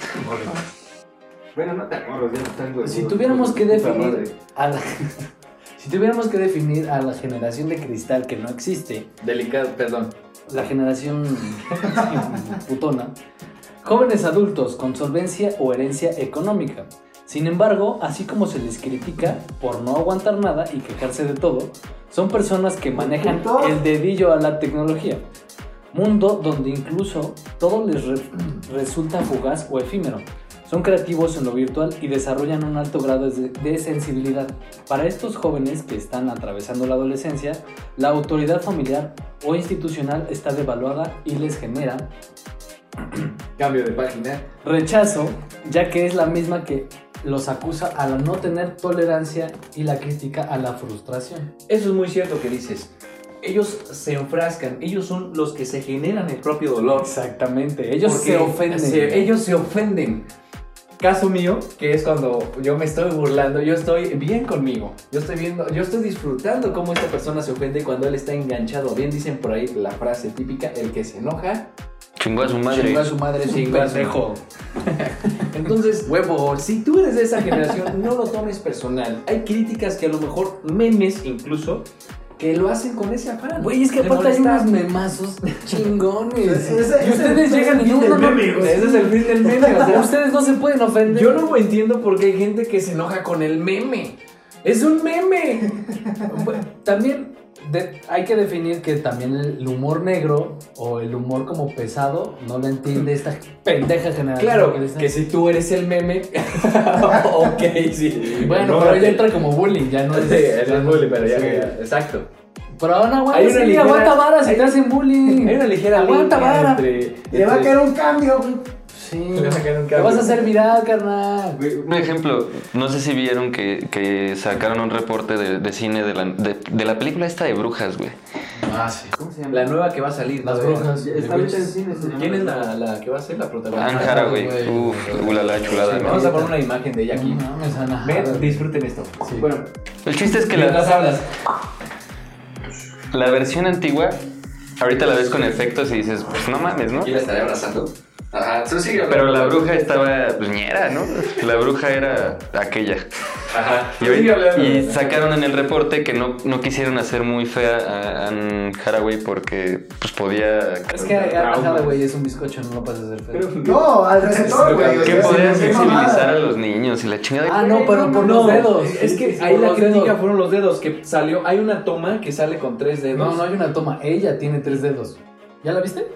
S7: Bueno, no te morros, ya Pues, no están güey.
S4: Si tuviéramos que
S7: Puta
S4: definir
S7: madre.
S4: a la, si tuviéramos que definir a la generación de cristal que no existe,
S1: Delicado, perdón.
S4: la generación putona, jóvenes adultos con solvencia o herencia económica. Sin embargo, así como se les critica por no aguantar nada y quejarse de todo, son personas que manejan
S6: Puto.
S4: el dedillo a la tecnología. Mundo donde incluso todo les re- resulta fugaz o efímero. Son creativos en lo virtual y desarrollan un alto grado de- de sensibilidad. Para estos jóvenes que están atravesando la adolescencia, la autoridad familiar o institucional está devaluada y les genera
S1: Cambio de página.
S4: rechazo, ya que es la misma que los acusa a no tener tolerancia y la crítica a la frustración.
S1: Eso es muy cierto que dices. Ellos se enfrascan, ellos son los que se generan el propio dolor.
S4: Exactamente, ellos
S1: Porque
S4: se ofenden.
S1: se- ellos se ofenden.
S7: Caso mío, que es cuando yo me estoy burlando, yo estoy bien conmigo.
S1: Yo estoy viendo, yo estoy disfrutando cómo esta persona se ofende cuando él está enganchado. Bien dicen por ahí la frase típica, el que se enoja.
S3: Chingó a su madre.
S4: Chingó a su madre es un
S1: Chingó a su-
S4: pendejo.
S1: Entonces, huevo, si tú eres de esa generación, no lo tomes personal. Hay críticas que a lo mejor memes incluso que lo hacen con ese afán.
S4: Güey, es que
S1: de
S4: aparte hay
S1: molestar.
S4: unos memazos chingones.
S6: Ese- ese-
S4: y ustedes
S6: ese-
S4: llegan y
S6: ese-
S4: no, no, no,
S6: meme, güey.
S1: Ese es el fin del meme. o sea,
S4: ustedes no se pueden ofender.
S1: yo no entiendo por qué hay gente que se enoja con el meme. Es un meme.
S4: Bueno, también de- hay que definir que también el humor negro o el humor como pesado no lo entiende esta pendeja generación.
S1: Claro,
S4: que está-
S1: que si tú eres el meme, ok, sí.
S4: Bueno,
S1: No,
S4: pero
S1: no,
S4: ya entra como bullying, ya no es.
S7: Sí, es
S4: ya
S7: el
S4: no-
S7: bullying, pero ya,
S4: sí.
S7: ya, exacto.
S4: Pero ahora
S7: Hay
S4: aguanta,
S7: una
S4: sí,
S7: ligera-
S4: aguanta vara si
S7: hay-
S4: te hacen bullying.
S7: Hay una ligera
S4: Aguanta
S7: línea
S4: vara.
S7: entre-
S6: Le va a
S7: entre-
S6: caer un cambio, güey.
S4: Sí.
S7: Le vas a caer un
S4: Te
S7: cambio.
S4: vas a hacer viral, carnal.
S3: Un ejemplo, no sé si vieron que, que sacaron un reporte de, de cine de la, de, de la película esta de brujas, güey.
S2: Ah, sí.
S1: La nueva que va a salir.
S4: Las
S1: la de-
S4: brujas.
S1: Está ahorita en cine, se llama. ¿Quién es la, la que va a ser la
S3: Anne
S1: protagonista?
S3: Haraway. Uf, ulala, chulada, ¿no?
S1: Vamos a poner una imagen de ella
S4: No
S1: aquí.
S4: mames, Ana
S1: Ven,
S4: Haraway.
S1: disfruten esto.
S4: Sí.
S1: Bueno,
S3: El chiste es que la,
S1: mientras hablas.
S3: la versión antigua, ahorita la ves con efectos y dices, pues no mames, ¿no?
S2: estaré abrazando. Ajá, tú sigue.
S3: Pero la bruja estaba pues, ñera, ¿no? La bruja era aquella.
S2: Ajá.
S3: Y, ahorita- y sacaron en el reporte que no, no quisieron hacer muy fea a Anne Haraway porque pues podía...
S4: Es que Ana Haraway es un bizcocho, no lo puedes hacer feo.
S6: No, al receptor, güey. o
S3: Que
S6: sea,
S4: pues,
S3: podía
S6: sí,
S3: sensibilizar
S6: mamada.
S3: a los niños y la chingada.
S4: Ah, no, pero por los dedos.
S1: Es
S4: Sí,
S1: que
S4: sí,
S1: ahí
S4: por
S1: la
S4: los
S1: crítica
S4: dedos.
S1: fueron los dedos que salió. Hay una toma que sale con tres dedos.
S4: No, no hay una toma. Ella tiene tres dedos. ¿Ya la viste?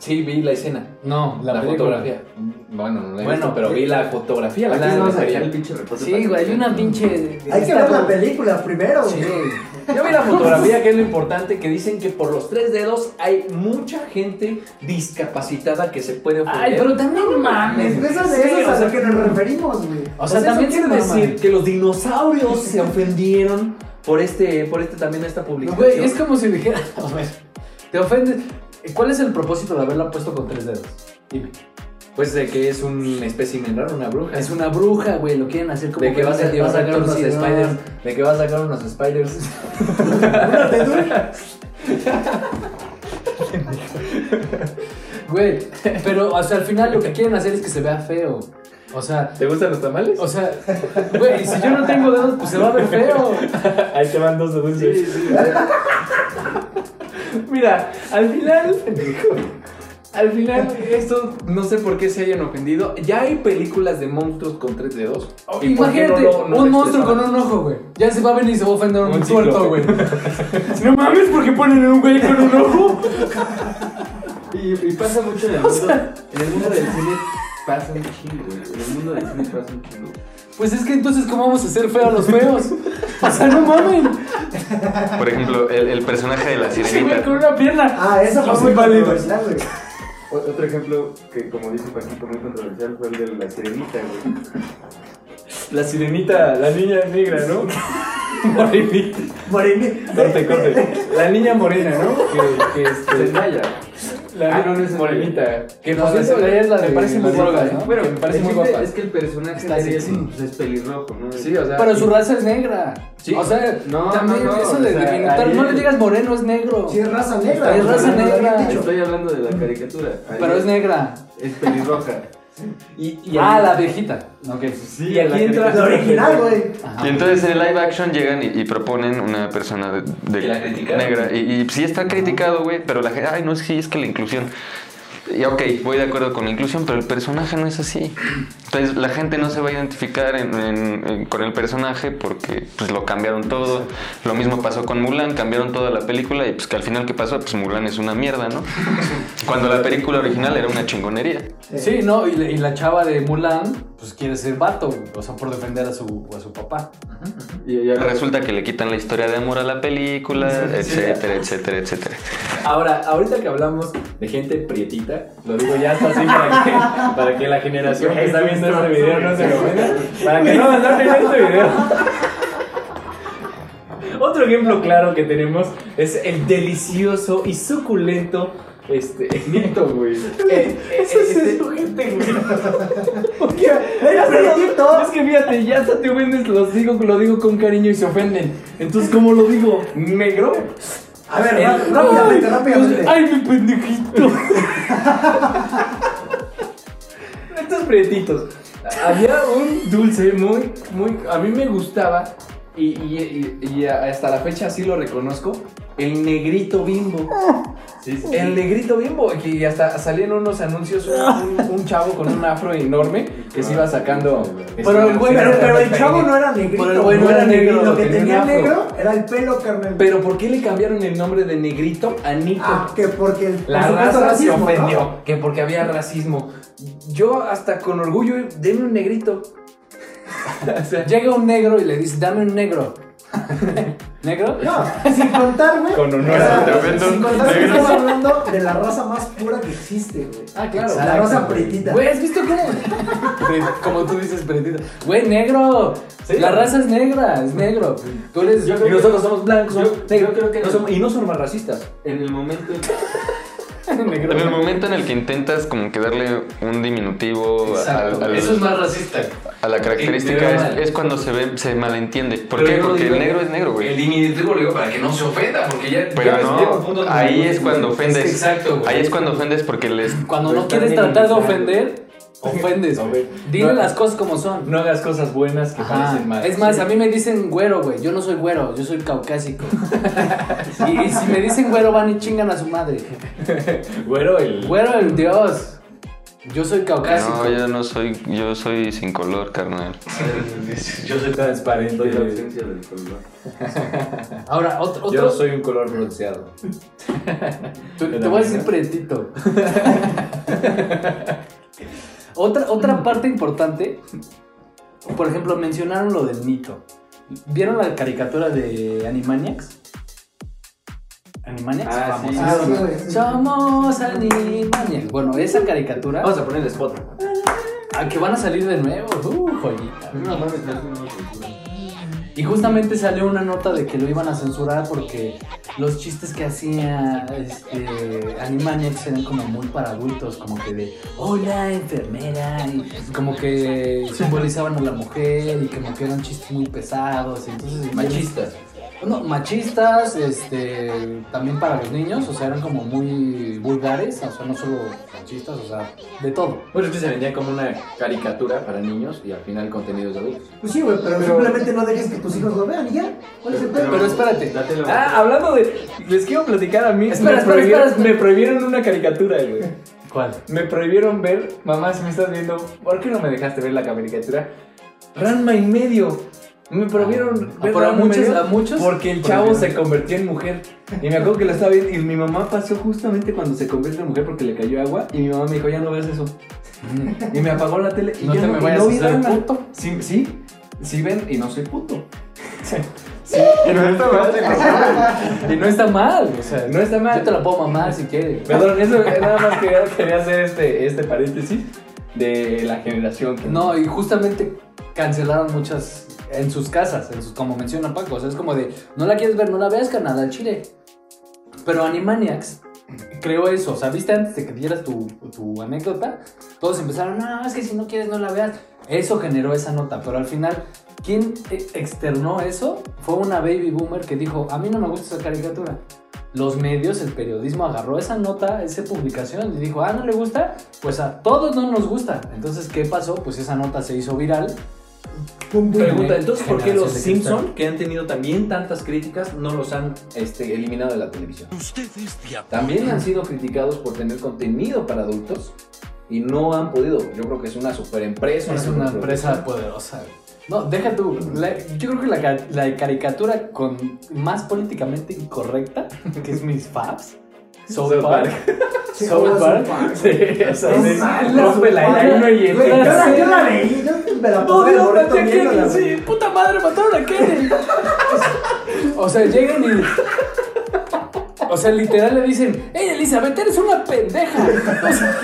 S1: Sí, vi la escena.
S4: No,
S1: La,
S4: película.
S1: fotografía. Bueno, no la he
S4: Bueno,
S1: visto, pero vi la fotografía. La, que se refería.
S4: Sí, güey, hay una pinche.
S6: Hay que
S4: está
S6: ver
S4: como-
S6: la película primero,
S4: Sí.
S6: güey.
S1: Yo vi la fotografía, que es lo importante, que dicen que por los tres dedos hay mucha gente discapacitada que se puede ofender.
S4: Ay, pero también no mames.
S6: Es de esas-
S1: Sí,
S6: de esas
S1: o
S6: a
S1: sea-
S6: lo que nos referimos, güey.
S4: O sea,
S1: eso
S4: también se
S1: quiere
S4: maman.
S1: decir que los dinosaurios se ofendieron por este, por este también esta publicación.
S4: Güey, es como si dijera, a ver, te ofendes. ¿Cuál es el propósito de haberla puesto con tres dedos? Dime.
S1: Pues de que es un espécimen raro, una bruja.
S4: Es una bruja, güey, lo quieren hacer como
S1: de que va a,
S4: ser
S1: ser- va a sacar unos spiders. De que va a sacar unos spiders.
S4: Güey, pero o sea, al final lo que quieren hacer es que se vea feo. O sea,
S9: ¿Te gustan los tamales?
S4: o sea, güey, si yo no tengo dedos, pues se va a ver feo.
S9: Ahí te van dos de dulces.
S1: Mira, al final. Al final, esto no sé por qué se hayan ofendido. Ya hay películas de monstruos con tres dedos.
S10: Oh,
S1: ¿Y por qué
S4: Imagínate,
S1: no lo- no
S4: un
S1: lo
S4: monstruo
S1: expresaban?
S4: con un ojo, güey. Ya se va a venir y se va a ofender a un,
S9: Un
S4: tuerto,
S9: ciclo.
S4: güey. no mames, ¿por qué ponen un güey con un ojo?
S10: Y, y pasa mucho en el mundo. en el mundo del cine pasa un chingo, güey. En el mundo del cine pasa un chingo.
S4: Pues es que entonces, ¿cómo vamos a hacer feo a los feos? O sea, no mamen.
S3: Por ejemplo, el, el personaje de la
S4: Ese güey con
S3: sirenita.
S4: una pierna.
S5: Ah, esa fue
S4: Los
S5: muy
S4: invalidos.
S5: controversial, güey.
S10: O- otro ejemplo que, como dice Paquito, muy controversial fue el de la sirenita, güey.
S9: La sirenita, la niña negra, ¿no? Morenita.
S5: Morini.
S9: Corte, corte. La niña morena, ¿no? Que, que este,
S10: Zendaya.
S9: la
S10: Ah, no, no es
S9: morenita. Que
S4: No,
S9: por
S4: la
S9: cierto,
S4: Zendaya es la de-
S9: me parece muy
S4: la de-
S9: guapa, ¿no?
S10: Bueno,
S9: Que me parece
S10: el
S9: muy
S10: chiste
S9: guapa.
S10: Es que el personaje
S4: Está
S10: de
S4: sexy.
S10: ella pues, es pelirrojo, ¿no?
S9: Sí, o sea.
S4: Pero su raza es negra.
S10: Sí.
S4: O sea,
S10: No,
S4: también
S10: no, no,
S4: eso
S10: o
S4: de
S10: sea,
S4: delimitar.
S10: ahí-
S4: No le digas moreno, es negro.
S5: Sí, es raza negra.
S4: Es
S5: güey,
S4: raza
S5: lo habían
S4: negra.
S5: dicho.
S10: Estoy hablando de la caricatura. Ahí
S4: Pero es negra.
S10: Es pelirroja. Y, y
S4: ah,
S10: ahí-
S4: la viejita. Ok.
S10: Sí,
S9: Y aquí
S10: la
S9: entra-
S5: La original, güey.
S4: Ajá.
S3: Y entonces en el live action llegan y, y proponen una persona de, de-
S1: Y la criticaron.
S3: negra. Y, y sí está criticado, güey, pero la gente, ay, no, es que es que la inclusión. Y ok, voy de acuerdo con la inclusión, pero el personaje no es así. Entonces la gente no se va a identificar en- en- en- con el personaje porque pues lo cambiaron todo. Lo mismo pasó con Mulan, cambiaron toda la película y pues que al final qué pasó, pues Mulan es una mierda, ¿no? Cuando la película original era una chingonería.
S4: Sí, no, y, la- y la chava de Mulan, pues quiere ser vato, güey, o sea, por defender a su, a su papá.
S10: y- y-
S3: Resulta que le quitan la historia de amor a la película, etcétera, etcétera, etcétera.
S1: Ahora, ahorita que hablamos de gente prietita, lo digo ya hasta así para que, para que la generación que está viendo este video no se lo vea. Para que no abandonen este video. Otro ejemplo claro que tenemos es el delicioso y suculento este Nito, güey. Eh, este, Eso es gente, güey.
S5: ¡Era prietito!
S1: Es que fíjate, ya hasta te vendes, los digo, lo digo con cariño y se ofenden. Entonces, ¿cómo lo digo? ¿Negro?
S5: A ver,
S1: El-
S5: ra- rápidamente, rápidamente.
S1: Ay, mi pendejito. Estos prietitos. Había un dulce muy, muy. A mí me gustaba. Y, y- y- y hasta la fecha sí lo reconozco. El negrito bimbo. El negrito bimbo. Y hasta salían unos anuncios. Un, un- un chavo con un afro enorme que se iba sacando. este,
S4: Pero el güey-
S5: Pero, pero el chavo no era negrito.
S4: Pero el güey no era negro,
S5: Lo que
S1: tenía un
S5: tenía
S1: afro.
S5: negro era el pelo, carnal.
S1: Pero ¿por qué le cambiaron el nombre de negrito a Nito?
S5: Ah, que porque el.
S1: La
S5: por
S1: raza
S5: supuesto, racismo,
S1: se
S5: ¿no?
S1: ofendió, que porque había racismo. Yo hasta con orgullo, denme un negrito. O sea,
S4: Llega un negro y le dice, dame un negro. ¿Negro?
S5: No, sin contarme.
S9: Con honor
S5: o sea,
S9: a
S3: tremendo
S5: Sin contarme que
S3: negro.
S5: estamos hablando de la raza más pura que existe, güey.
S4: Ah, claro.
S5: La raza prietita.
S4: Güey, ¿has visto cómo? Pre- Como tú dices, pretita. Güey, negro. La raza es negra, es negro. Tú eres.
S10: Yo creo
S1: y nosotros somos blancos,
S10: Yo-
S1: somos negros,
S10: yo creo que
S1: no
S10: no.
S1: somos- y no somos más racistas.
S10: En el momento en que
S4: negro.
S3: En el momento en el que intentas como que darle un diminutivo al- al-
S1: Eso es más racista.
S3: a la característica
S1: Pero
S3: es,
S1: mal.
S3: es cuando se ve, se malentiende. ¿Por
S1: Pero
S3: qué?
S1: yo lo
S3: Porque
S1: digo-
S3: el negro es negro,
S1: El
S3: güey.
S1: diminutivo lo digo para que no se ofenda, porque ya.
S3: Pero
S1: ya llega un punto
S3: no,
S1: donde-
S3: ahí es cuando ofendes.
S1: que exacto, güey.
S3: Ahí es cuando ofendes porque les...
S4: Cuando no
S10: Están
S4: quieres tratar de
S10: minimizando.
S4: ofender, ofendes. güey. Dile las cosas como son.
S9: No hagas cosas buenas que
S4: Ajá.
S9: parecen malas.
S4: Es más, a mí me dicen güero, güey. Yo no soy güero, yo soy caucásico. y, y si me dicen güero, van y chingan a su madre.
S9: Güero, el.
S4: Güero, el dios. Yo soy caucásico.
S3: No, yo no soy, yo soy sin color, carnal.
S9: Yo soy transparente.
S10: doy la ausencia del color.
S4: Ahora, otro.
S9: Yo
S4: otro-
S9: no soy un color bronceado.
S4: Te,
S9: De
S4: te
S9: la
S4: voy a
S9: mañana.
S4: decir pretito. otra, otra parte importante, por ejemplo, mencionaron lo del Nito. ¿Vieron la caricatura de Animaniacs? ¿Animaniacs?
S10: Ah, sí.
S5: Ah, sí,
S4: Famosísima.
S5: güey.
S4: Somos Animaniacs. Bueno, esa caricatura
S1: Vamos a poner el spot.
S4: a Ah, que van a salir de nuevo. Uh, joyita.
S10: No mames, no es una locura.
S4: Y justamente salió una nota de que lo iban a censurar porque los chistes que hacía este, Animaniacs eran como muy para adultos, como que de hola enfermera, y como que simbolizaban a la mujer y como que eran chistes muy pesados, y entonces este,
S1: Machistas.
S4: no, machistas, este, también para los niños, o sea, eran como muy vulgares, o sea, no solo machistas, o sea, de todo.
S11: Bueno, es que se vendía como una caricatura para niños y al final contenidos de adultos.
S6: Pues sí, güey, pero, simplemente no dejes que tus hijos lo vean y ya. ¿Cuál es el pedo?
S4: Pero espérate,
S12: Date la
S1: Ah, hablando de. Les quiero platicar a mí.
S4: Espera,
S1: me,
S4: espera,
S1: prohibieron,
S4: espera, espera.
S1: me prohibieron una caricatura, güey.
S4: ¿cuál?
S1: Me prohibieron ver. Mamá, si me estás viendo, ¿por qué no me dejaste ver la caricatura? Ranma y medio. Me prohibieron
S4: Ah,
S1: ver
S4: pero a
S1: Ranma y
S4: muchos,
S1: medio
S4: a muchos.
S1: Porque el chavo se convirtió en mujer. Y me acuerdo que lo estaba viendo. Y mi mamá pasó justamente cuando se convierte en mujer porque le cayó agua. Y mi mamá me dijo, ya no veas eso. Y me apagó la tele. Y
S4: Mm. No
S1: ya
S4: te
S1: no,
S4: me
S1: y
S4: vayas
S1: no
S4: a
S1: vi
S4: hacer
S1: Ranma.
S4: puto.
S1: Sí, sí, sí ven. Y no soy puto.
S4: Y no está mal, o sea,
S1: No está mal.
S4: Yo te la puedo mamar si quieres.
S1: Perdón, eso nada más quería, quería hacer este, este paréntesis de la generación que
S4: No, y justamente cancelaron muchas en sus casas, en sus, como menciona Paco. O sea, es como de, no la quieres ver, no la veas, carnal, al chile. Pero Animaniacs creó eso. O sea, viste antes de que dieras tu, tu anécdota, todos empezaron, no, es que si no quieres, no la veas. Eso generó esa nota, pero al final, quien externó eso fue una baby boomer que dijo, a mí no me gusta esa caricatura. Los medios, el periodismo agarró esa nota, esa publicación y dijo, ah, no le gusta, pues a todos no nos gusta. Entonces, ¿qué pasó? Pues esa nota se hizo viral.
S6: Pum, pum.
S11: Pregunta, entonces, ¿por qué los
S4: Generación de cristal.
S11: Simpson, que han tenido también tantas críticas, no los han este, eliminado de la televisión? También han sido criticados por tener contenido para adultos y no han podido. Yo creo que es una super empresa.
S4: Es una empresa poderosa. No, deja tú. la- yo creo que la, ca- la caricatura con más políticamente incorrecta, que es mis faps, South
S1: South
S4: Park.
S6: Sí,
S4: South
S6: South
S4: Park.
S6: Park.
S1: Sí, esa
S6: No
S1: es-
S6: mames,
S1: rompe
S6: South
S1: la
S6: Park.
S1: idea y
S6: Güey, yo la-
S1: el
S6: yo la leí, yo me la pasé
S4: Mataron
S6: de morrito
S4: a
S6: viéndola,
S4: Kennedy,
S6: güey.
S4: sí, puta madre, mataron a Kennedy. o sea, llegan y. O sea, literal le dicen, hey Elizabeth, eres una pendeja. O sea,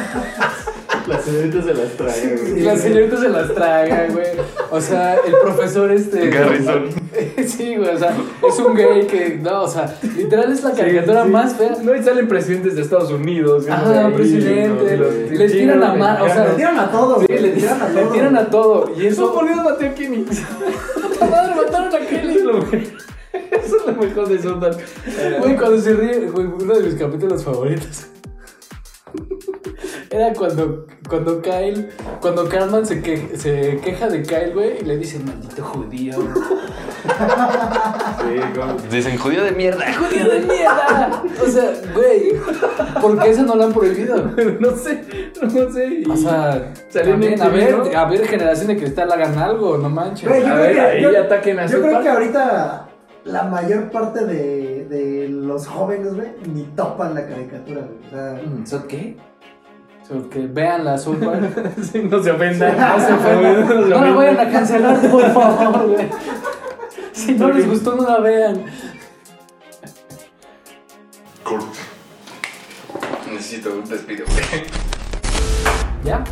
S12: Las señoritas se las trae, güey.
S4: y las señoritas se las traga, güey. O sea, el profesor este.
S3: Garrison.
S4: Sí, güey, o sea, es un gay que. No, o sea, literal es la caricatura más fea.
S1: No, y salen presidentes de Estados Unidos.
S4: Ah,
S1: viendo ahí,
S4: presidente.
S1: los
S4: le tiran
S1: chinos,
S4: a mar, o sea,
S6: Le tiran a todo,
S4: Sí,
S6: güey,
S4: le tiran a todo. Le tiran a todo. Y eso. por Dios mató a Kenny. Puta madre, mataron a Kenny.
S1: Eso es lo mejor de South Park.
S4: Güey, cuando se ríe, güey, uno de mis capítulos favoritos. Era cuando, cuando Kyle, cuando Carmen se, que- se queja de Kyle, güey, y le dice, maldito judío.
S3: Dicen, judío de mierda.
S4: ¡Judío de mierda! O sea, güey, ¿por qué eso no lo han prohibido?
S1: No sé, no sé. y-
S4: O sea,
S1: Salió en
S4: también, a,
S1: MTV,
S4: ver,
S1: ¿no?
S4: a ver, generación de cristal, hagan algo, no manches.
S6: Güey, yo
S1: a
S6: creo
S1: ver,
S6: que-
S1: ahí
S6: yo-
S1: ataquen a
S6: Yo
S1: South
S6: creo que
S1: Park.
S6: ahorita la mayor parte de, de los jóvenes, güey, ni topan la caricatura, güey. O sea,
S11: ¿Eso qué?
S4: O sea, que vean la sopa.
S1: Sí, no se ofendan.
S4: No se ofendan.
S1: No se
S4: No la
S1: ofendan.
S4: vayan a cancelar, por favor, güey. Si no les gustó, no la vean.
S3: Necesito un respiro.
S4: ¿Ya?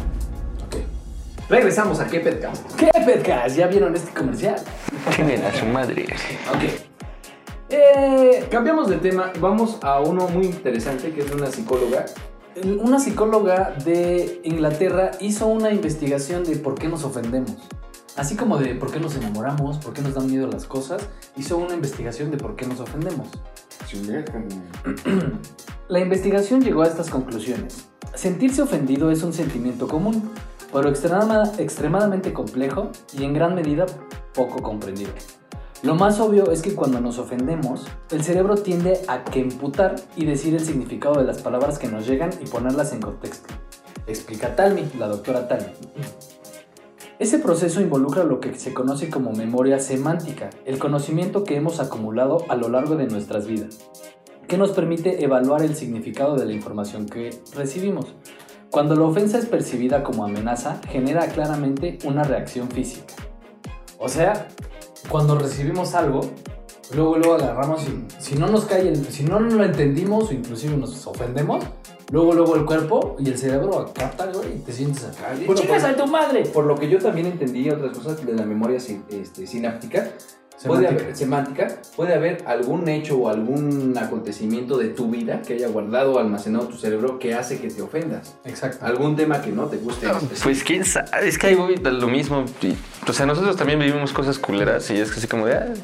S11: Regresamos a qué podcast.
S4: ¿Qué podcast? ¿Ya vieron este comercial?
S3: Chinguen a su madre.
S11: Ok. Eh, cambiamos de tema, vamos a uno muy interesante que es de una psicóloga.
S4: Una psicóloga de Inglaterra hizo una investigación de por qué nos ofendemos. Así como de por qué nos enamoramos, por qué nos dan miedo las cosas, hizo una investigación de por qué nos ofendemos. La investigación llegó a estas conclusiones. Sentirse ofendido es un sentimiento común, pero extrema- extremadamente complejo y en gran medida poco comprendido. Lo más obvio es que cuando nos ofendemos, el cerebro tiende a que emputar y decir el significado de las palabras que nos llegan y ponerlas en contexto. Explica Talmi, la doctora Talmi. Ese proceso involucra lo que se conoce como memoria semántica, el conocimiento que hemos acumulado a lo largo de nuestras vidas que nos permite evaluar el significado de la información que recibimos. Cuando la ofensa es percibida como amenaza, genera claramente una reacción física. O sea, cuando recibimos algo, luego luego agarramos y si no nos cae, el- si no lo entendimos o inclusive nos ofendemos, luego luego el cuerpo y el cerebro capta güey, y te sientes acá.
S1: pues,
S4: y-
S11: Bueno,
S13: ¡Chicas
S11: por-
S13: a tu madre!
S11: Por lo que yo también entendí otras cosas de la memoria sin- este, sináptica, Puede
S4: Semántica.
S11: haber, semántica, puede haber algún hecho o algún acontecimiento de tu vida que haya guardado o almacenado tu cerebro que hace que te ofendas.
S4: Exacto.
S11: Algún tema que no te guste. en específico.
S3: Pues quién sabe, es que ahí voy a lo mismo. y- o sea, nosotros también vivimos cosas culeras y es que así como de. ah,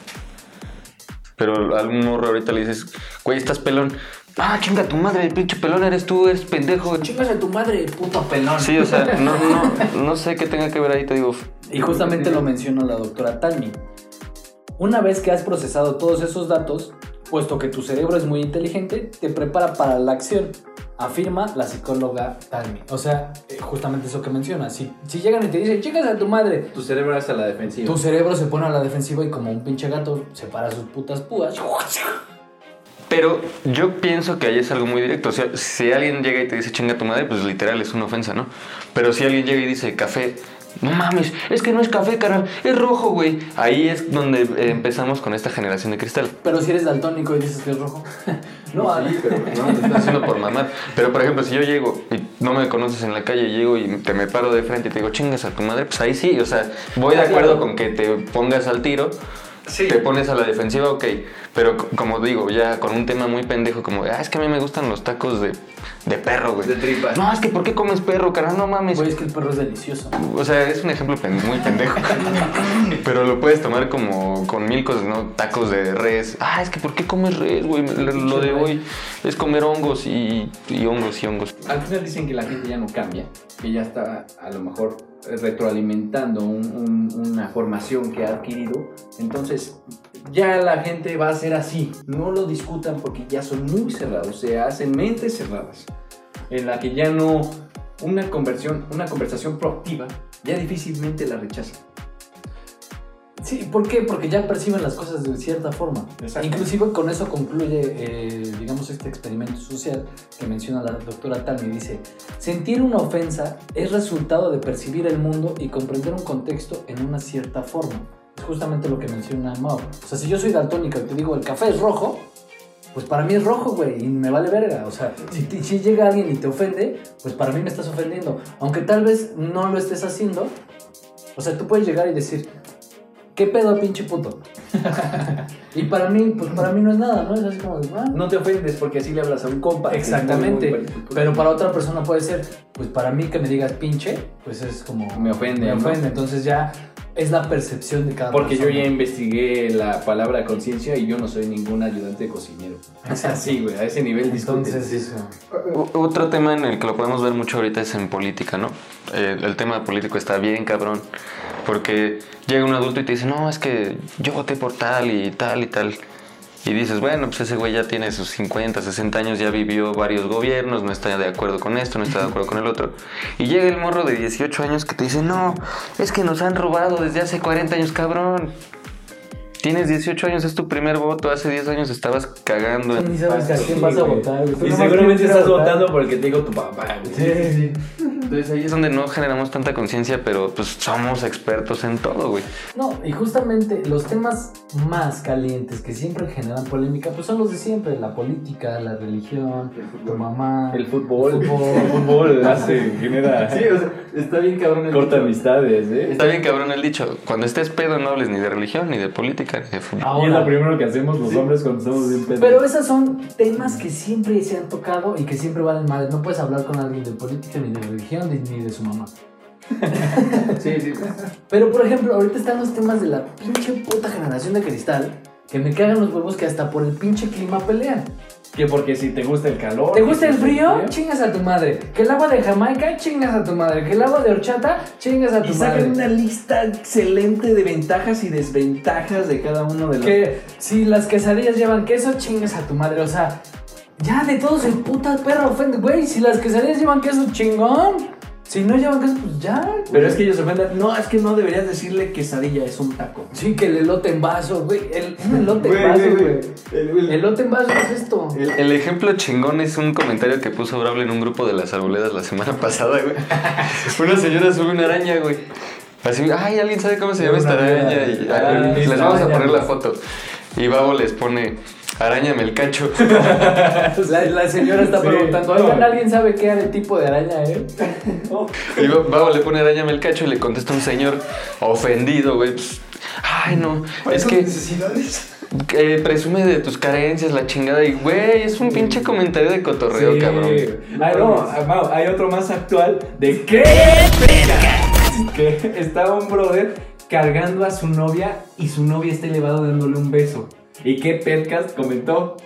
S3: Pero a un morro ahorita le dices, güey, estás pelón. Ah, chinga tu madre, pinche pelón eres tú, eres pendejo.
S4: Chingas a tu madre, puto pelón.
S3: Sí, o sea, no, no, no sé qué tenga que ver ahí, te digo.
S4: Y justamente lo menciona la doctora Talmy. Una vez que has procesado todos esos datos, puesto que tu cerebro es muy inteligente, te prepara para la acción, afirma la psicóloga Talmy. O sea, eh, justamente eso que menciona. Si, si llegan y te dicen, chicas a tu madre,
S1: Tu cerebro es a la defensiva.
S4: tu cerebro se pone a la defensiva y como un pinche gato separa sus putas púas.
S3: Pero yo pienso que ahí es algo muy directo. O sea, si alguien llega y te dice chinga tu madre, pues literal es una ofensa, ¿no? Pero si alguien llega y dice café, no mames, es que no es café, cara, es rojo, güey. Ahí es donde eh, empezamos con esta generación de cristal.
S4: Pero si eres daltónico y dices que es rojo. no, a-
S3: No, te estás haciendo por mamar. Pero por ejemplo, si yo llego y no me conoces en la calle, llego y te me paro de frente y te digo, chingas a tu madre, pues ahí sí, o sea, voy de acuerdo con que te pongas al tiro. Te pones a la defensiva, ok. Pero c- como digo, ya con un tema muy pendejo, como, ah, es que a mí me gustan los tacos de, de perro, güey.
S1: De tripa.
S3: No, es que ¿por qué comes perro, cara? No mames.
S4: Güey, es que el perro es delicioso.
S3: O sea, es un ejemplo pen- muy pendejo. Pero lo puedes tomar como con mil cosas, ¿no? Tacos de res. Ah, es que ¿por qué comes res, güey? Lo, lo de hoy es comer hongos y, y hongos y hongos.
S1: Ah,
S7: Al final dicen que la gente ya no cambia, que ya está a lo mejor eh, retroalimentando un- un- una formación que ha adquirido. Entonces, ya la gente va a ser así. No lo discutan porque ya son muy cerrados, se hacen mentes cerradas, en la que ya no una conversión, una conversación proactiva, ya difícilmente la rechazan.
S4: Sí, ¿por qué? Porque ya perciben las cosas de cierta forma. Inclusive con eso concluye, eh, digamos, este experimento social que menciona la doctora Talmy. Dice, sentir una ofensa es resultado de percibir el mundo y comprender un contexto en una cierta forma. Es justamente lo que menciona Mao. O sea, si yo soy daltónica y te digo el café es rojo, pues para mí es rojo, güey, y me vale verga. O sea, si, te- si llega alguien y te ofende, pues para mí me estás ofendiendo. Aunque tal vez no lo estés haciendo, o sea, tú puedes llegar y decir, ¿qué pedo, pinche puto? y para mí, pues para mí no es nada, ¿no? Es así como de, "Ah".
S7: No te ofendes porque así le hablas a un compa. que es muy, muy
S4: Exactamente,
S7: particular.
S4: pero para otra persona puede ser, pues para mí que me digas pinche, pues es como...
S7: Me ofende,
S4: Me
S7: ¿no?
S4: ofende, entonces ya es la percepción de cada
S7: Porque yo
S4: persona.
S7: ya investigué la palabra conciencia y yo no soy ningún ayudante de cocinero. Así, güey, a ese nivel discuten.
S4: Entonces, eso.
S3: O- Otro tema en el que lo podemos ver mucho ahorita es en política, ¿no? El, el tema político está bien cabrón. Porque llega un adulto y te dice, no, es que yo voté por tal y tal y tal. Y dices, bueno, pues ese güey ya tiene sus 50, 60 años, ya vivió varios gobiernos, no está de acuerdo con esto, no está de acuerdo con el otro. Y llega el morro de 18 años que te dice, no, es que nos han robado desde hace 40 años, cabrón. Tienes 18 años, es tu primer voto, hace 10 años estabas cagando. en-
S4: Ni sabes a quién vas a votar. güey. Tú
S7: Y
S4: nomás
S7: seguramente
S4: quieres ir a
S7: estás
S4: votar.
S7: votando por el que te digo tu papá, güey.
S4: Sí, sí, sí.
S3: Entonces ahí es donde no generamos tanta conciencia, pero pues somos expertos en todo, güey.
S4: No, y justamente los temas más calientes que siempre generan polémica, pues son los de siempre, la política, la religión, tu mamá,
S7: El fútbol.
S4: fútbol.
S7: El fútbol hace, genera.
S14: Sí, o sea, está bien cabrón el
S7: corta
S14: dicho.
S7: amistades, ¿eh?
S3: Está bien cabrón el dicho, cuando estés pedo no hables ni de religión, ni de política, ni de fútbol.
S14: Y es lo
S4: Ahora,
S14: primero que hacemos los hombres cuando estamos bien pedos.
S4: pero esos son temas que siempre se han tocado y que siempre valen mal. No puedes hablar con alguien de política, ni de religión, ni, ni de su mamá.
S14: Sí, sí.
S4: Pero, por ejemplo, ahorita están los temas de la pinche puta generación de cristal, que me cagan los huevos que hasta por el pinche clima pelean.
S14: Que porque si te gusta el calor.
S4: ¿Te gusta el frío?
S14: ¿eh?
S4: Chingas a tu madre. Que el agua de Jamaica, chingas a tu madre. Que el agua de horchata, chingas a tu
S7: Y
S4: madre.
S7: sacan una lista excelente de ventajas y desventajas de cada uno de los.
S4: Que si las quesadillas llevan queso, chingas a tu madre. O sea, ya de todos el puta perro ofende. Güey, si las quesadillas llevan queso, chingón. Si no llevan queso, pues ya.
S7: Pero es que ellos se ofenden. No, es que no deberías decirle quesadilla, es un taco.
S4: Sí, que el elote en vaso, güey. El, un elote
S14: Güey,
S4: en vaso,
S14: güey,
S4: güey.
S14: El- el-
S4: El elote en vaso es esto.
S3: El, el ejemplo chingón es un comentario que puso Brable en un grupo de las arboledas la semana pasada, güey. Una señora sube una araña, güey. Así, ay, alguien sabe cómo se llama esta araña. Y,
S14: Ah,
S3: ay,
S14: esta
S3: les vamos a
S14: araña,
S3: poner la
S14: güey.
S3: foto. Y Babo les pone, arañame el cacho.
S4: La, la señora está
S14: Sí.
S4: preguntando, oigan, ¿alguien sabe qué era el tipo de araña, eh?
S3: Y va- Babo le pone araña el cacho y le contesta un señor ofendido, güey. pues, Ay, no, es que
S6: necesidades?
S3: eh, presume de tus carencias, la chingada. Y, güey, es un pinche comentario de cotorreo,
S14: Sí.
S3: cabrón.
S14: Ah, no, Mau, hay otro más actual de qué que está un brother cargando a su novia y su novia está elevado dándole un beso.
S1: ¿Y qué podcast comentó?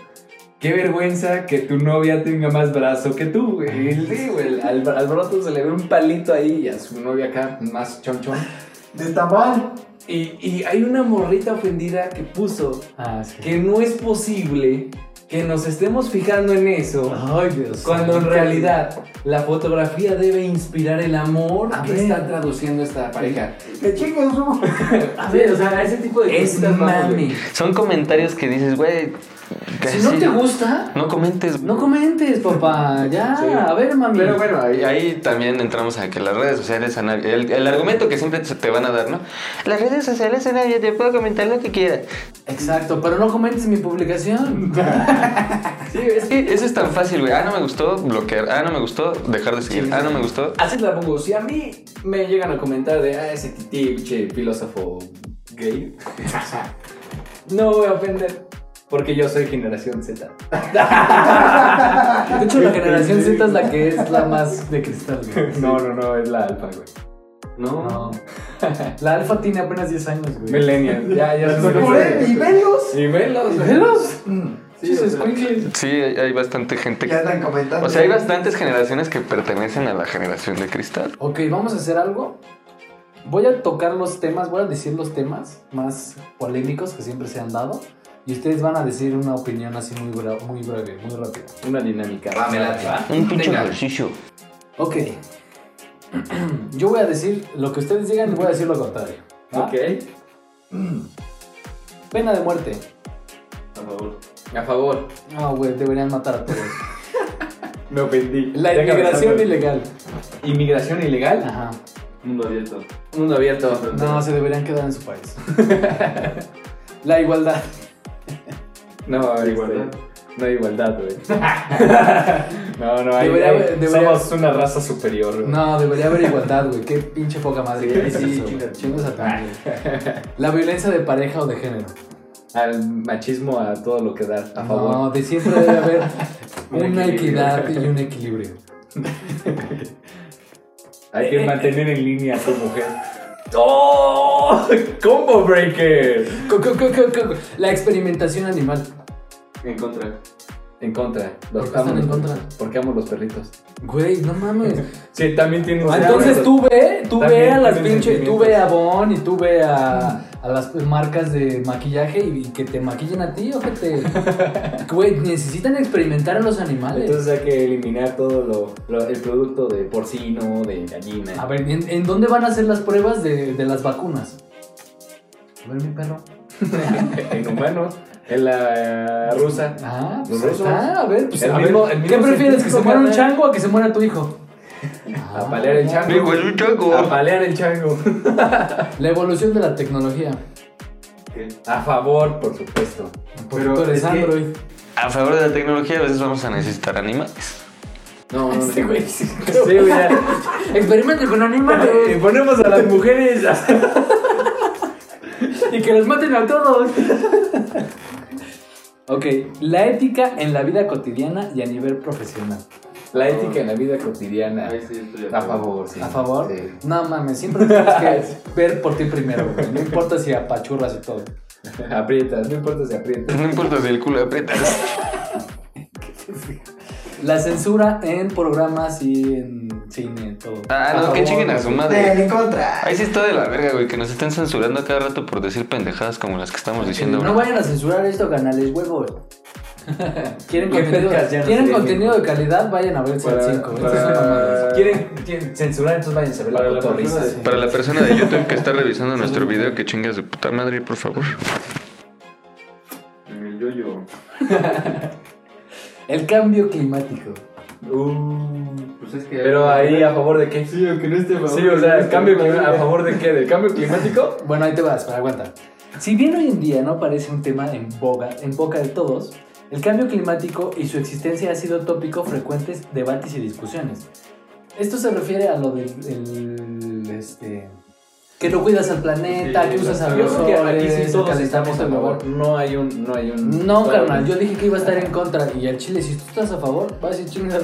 S1: Qué vergüenza que tu novia tenga más brazo que tú, güey. Y Sí, güey, al, al broto se le ve un palito ahí y a su novia acá más chonchón.
S5: De tamal.
S1: Y, y hay una morrita ofendida que puso
S4: Ah, sí.
S1: que no es posible que nos estemos fijando en eso
S4: Ay, Dios.
S1: cuando en
S4: santo.
S1: realidad la fotografía debe inspirar el amor
S5: A
S1: que
S5: ver.
S1: está traduciendo esta pareja.
S5: Que chingas, ¿no?
S15: A ver, o sea, ese tipo de
S1: Es
S15: cositas vamos, güey.
S1: mami.
S3: Son comentarios que dices, güey.
S1: Si
S3: casi-
S1: no te gusta,
S3: No comentes.
S4: No comentes, papá. Ya, a ver, mami.
S3: Pero bueno, ahí, ahí también entramos a que las redes sociales, a nadie- el, el argumento que siempre se te van a dar, ¿no? Las redes sociales a nadie te puedo comentar lo que quiera.
S4: Exacto, pero no comentes mi publicación.
S3: Sí, es que eso es tan fácil, güey. Ah, no me gustó bloquear. Ah, no me gustó dejar de seguir. Ah, no me gustó.
S1: así la pongo. Si a mí me llegan a comentar de ah, ese tití, che, filósofo gay, no voy a ofender. Porque yo soy generación Z.
S4: De hecho, la generación Z es la que es la más de cristal. güey.
S1: No, no, no, es la alfa, güey. No.
S4: No. La alfa tiene apenas 10 años, güey.
S1: Millennial. Ya, ya. son
S5: Por él, y velos.
S1: Y velos, güey.
S4: ¿Velos?
S1: Sí, o sea,
S3: Sí, hay, hay bastante gente.
S16: Ya andan comentando.
S3: O sea, hay bastantes generaciones que pertenecen a la generación de cristal.
S4: Ok, vamos a hacer algo. Voy a tocar los temas, voy a decir los temas más polémicos que siempre se han dado. Y ustedes van a decir una opinión así muy, bra- muy breve, muy rápida.
S1: Una dinámica.
S17: Va, me late, va.
S3: Un pinche ejercicio.
S4: Ok. Yo voy a decir lo que ustedes digan y voy a decir lo contrario. ¿va?
S1: Ok.
S4: Pena de muerte.
S1: A favor.
S4: No, güey, deberían matar a todos.
S1: Me ofendí.
S4: La
S1: Déjame
S4: inmigración
S1: pensarlo.
S4: ilegal.
S1: Inmigración ilegal.
S4: Ajá.
S15: Mundo abierto.
S1: Mundo abierto.
S4: No, se deberían quedar en su país. La igualdad.
S1: No, este,
S15: igualdad.
S1: No hay igualdad, güey. no, no, hay,
S4: Debería
S1: hay-
S4: haber- debería-
S1: somos una raza superior, güey.
S4: No, debería haber igualdad, güey. Qué pinche poca
S15: Sí,
S4: madre. que es
S15: sí,
S4: eso, güey.
S15: chinga-
S4: Chingas a tu madre. La violencia de pareja o de género.
S1: Al machismo a todo lo que da, a favor.
S4: No, de siempre debe haber
S1: Un
S4: una
S1: equilibrio.
S4: equidad y un equilibrio.
S1: Hay
S4: Eh,
S1: que mantener en línea a tu mujer. ¡Oh! ¡Combo Breaker!
S4: Co- co- co- co- co- La experimentación animal.
S15: En contra.
S1: En contra.
S4: ¿Por qué están en contra?
S1: Porque amo los perritos.
S4: Güey, no mames.
S1: Sí, también tienen...
S4: Ah, Entonces tú ve, tú ve
S1: También
S4: a las
S1: tienen
S4: pinches, tú
S1: sentimientos.
S4: ve a Bon y tú ve a, a las marcas de maquillaje y, y que te maquillen a ti o que te... Güey, necesitan experimentar a los animales.
S1: Entonces hay que eliminar todo lo, lo- el producto de porcino, de gallina.
S4: a ver, ¿en, en dónde van a hacer las pruebas de, de las vacunas? A ver, mi perro.
S1: en humanos, en la eh, rusa.
S4: Ah, pues
S1: Los
S4: ahí
S1: rusos.
S4: está, a ver, pues
S1: El
S4: a
S1: mismo-
S4: ver,
S1: el
S4: ¿qué
S1: mismo
S4: prefieres, que se
S1: científico
S4: muera un
S1: que
S4: chango o que se muera tu hijo? Ah,
S1: A palear el chango.
S3: Digo, es un chango.
S1: A palear el chango.
S4: La evolución de la tecnología.
S1: A favor, por supuesto.
S4: Porque
S15: Pero
S4: tú eres
S15: es que-
S4: Android.
S3: A favor de la tecnología, a veces vamos a necesitar animales.
S1: No, no,
S4: Este
S1: no.
S4: güey.
S1: Sí, güey.
S4: Experimenta con
S1: Y
S4: animales
S1: ponemos a las mujeres. a-
S4: y que los maten a todos. ok, la ética en la vida cotidiana y a nivel profesional.
S1: La ética en la vida cotidiana.
S15: Ahí sí estoy de
S1: A favor, sí.
S4: ¿A favor?
S1: Sí.
S4: No mames, siempre tienes que ver por ti primero, güey. No importa si apachurras y todo.
S1: Aprietas, no importa si aprietas.
S3: No importa si el culo aprietas.
S4: La censura en programas y en cine, en todo.
S3: Ah, no, que chinguen a su madre.
S16: Del en contra.
S3: Ahí sí está de la verga, güey, que nos estén censurando cada rato por decir pendejadas como las que estamos diciendo
S4: No
S3: ahora.
S4: vayan a censurar esto, canales huevos. Quieren
S1: Qué
S4: contenido,
S1: pecas, ya no
S4: quieren
S1: sé.
S4: contenido de calidad, vayan a ver el
S1: Para-
S4: 5.
S1: para- ¿Quieren, quieren censurar, entonces vayan a ver
S15: Para la
S1: la cotorrisa.
S15: persona
S3: Para la persona de YouTube que está revisando nuestro video, que chingas de puta madre, por favor.
S15: En el yoyo.
S4: El cambio climático.
S15: Uh, pues es que.
S1: Pero ahí, ¿a favor de qué?
S15: Sí, aunque no esté a favor.
S1: Sí, o sea,
S15: no
S1: ¿el
S15: esté
S1: cambio climático? ¿A favor de qué? ¿Del cambio climático?
S4: Bueno, ahí te vas, para aguanta. Si bien hoy en día no parece un tema en boga, en boca de todos, el cambio climático y su existencia ha sido tópico frecuentes debates y discusiones. Esto se refiere a lo del el, este que no cuidas al planeta,
S15: Sí,
S4: que usas
S15: yo
S1: Yo creo que aquí sí
S4: aerosol,
S1: todos estamos
S4: calentamiento
S1: a
S4: global.
S1: favor. No hay un. No, hay un
S4: No, carnal, yo dije que iba a estar en contra y al chile, si tú estás a favor, vas y chingas.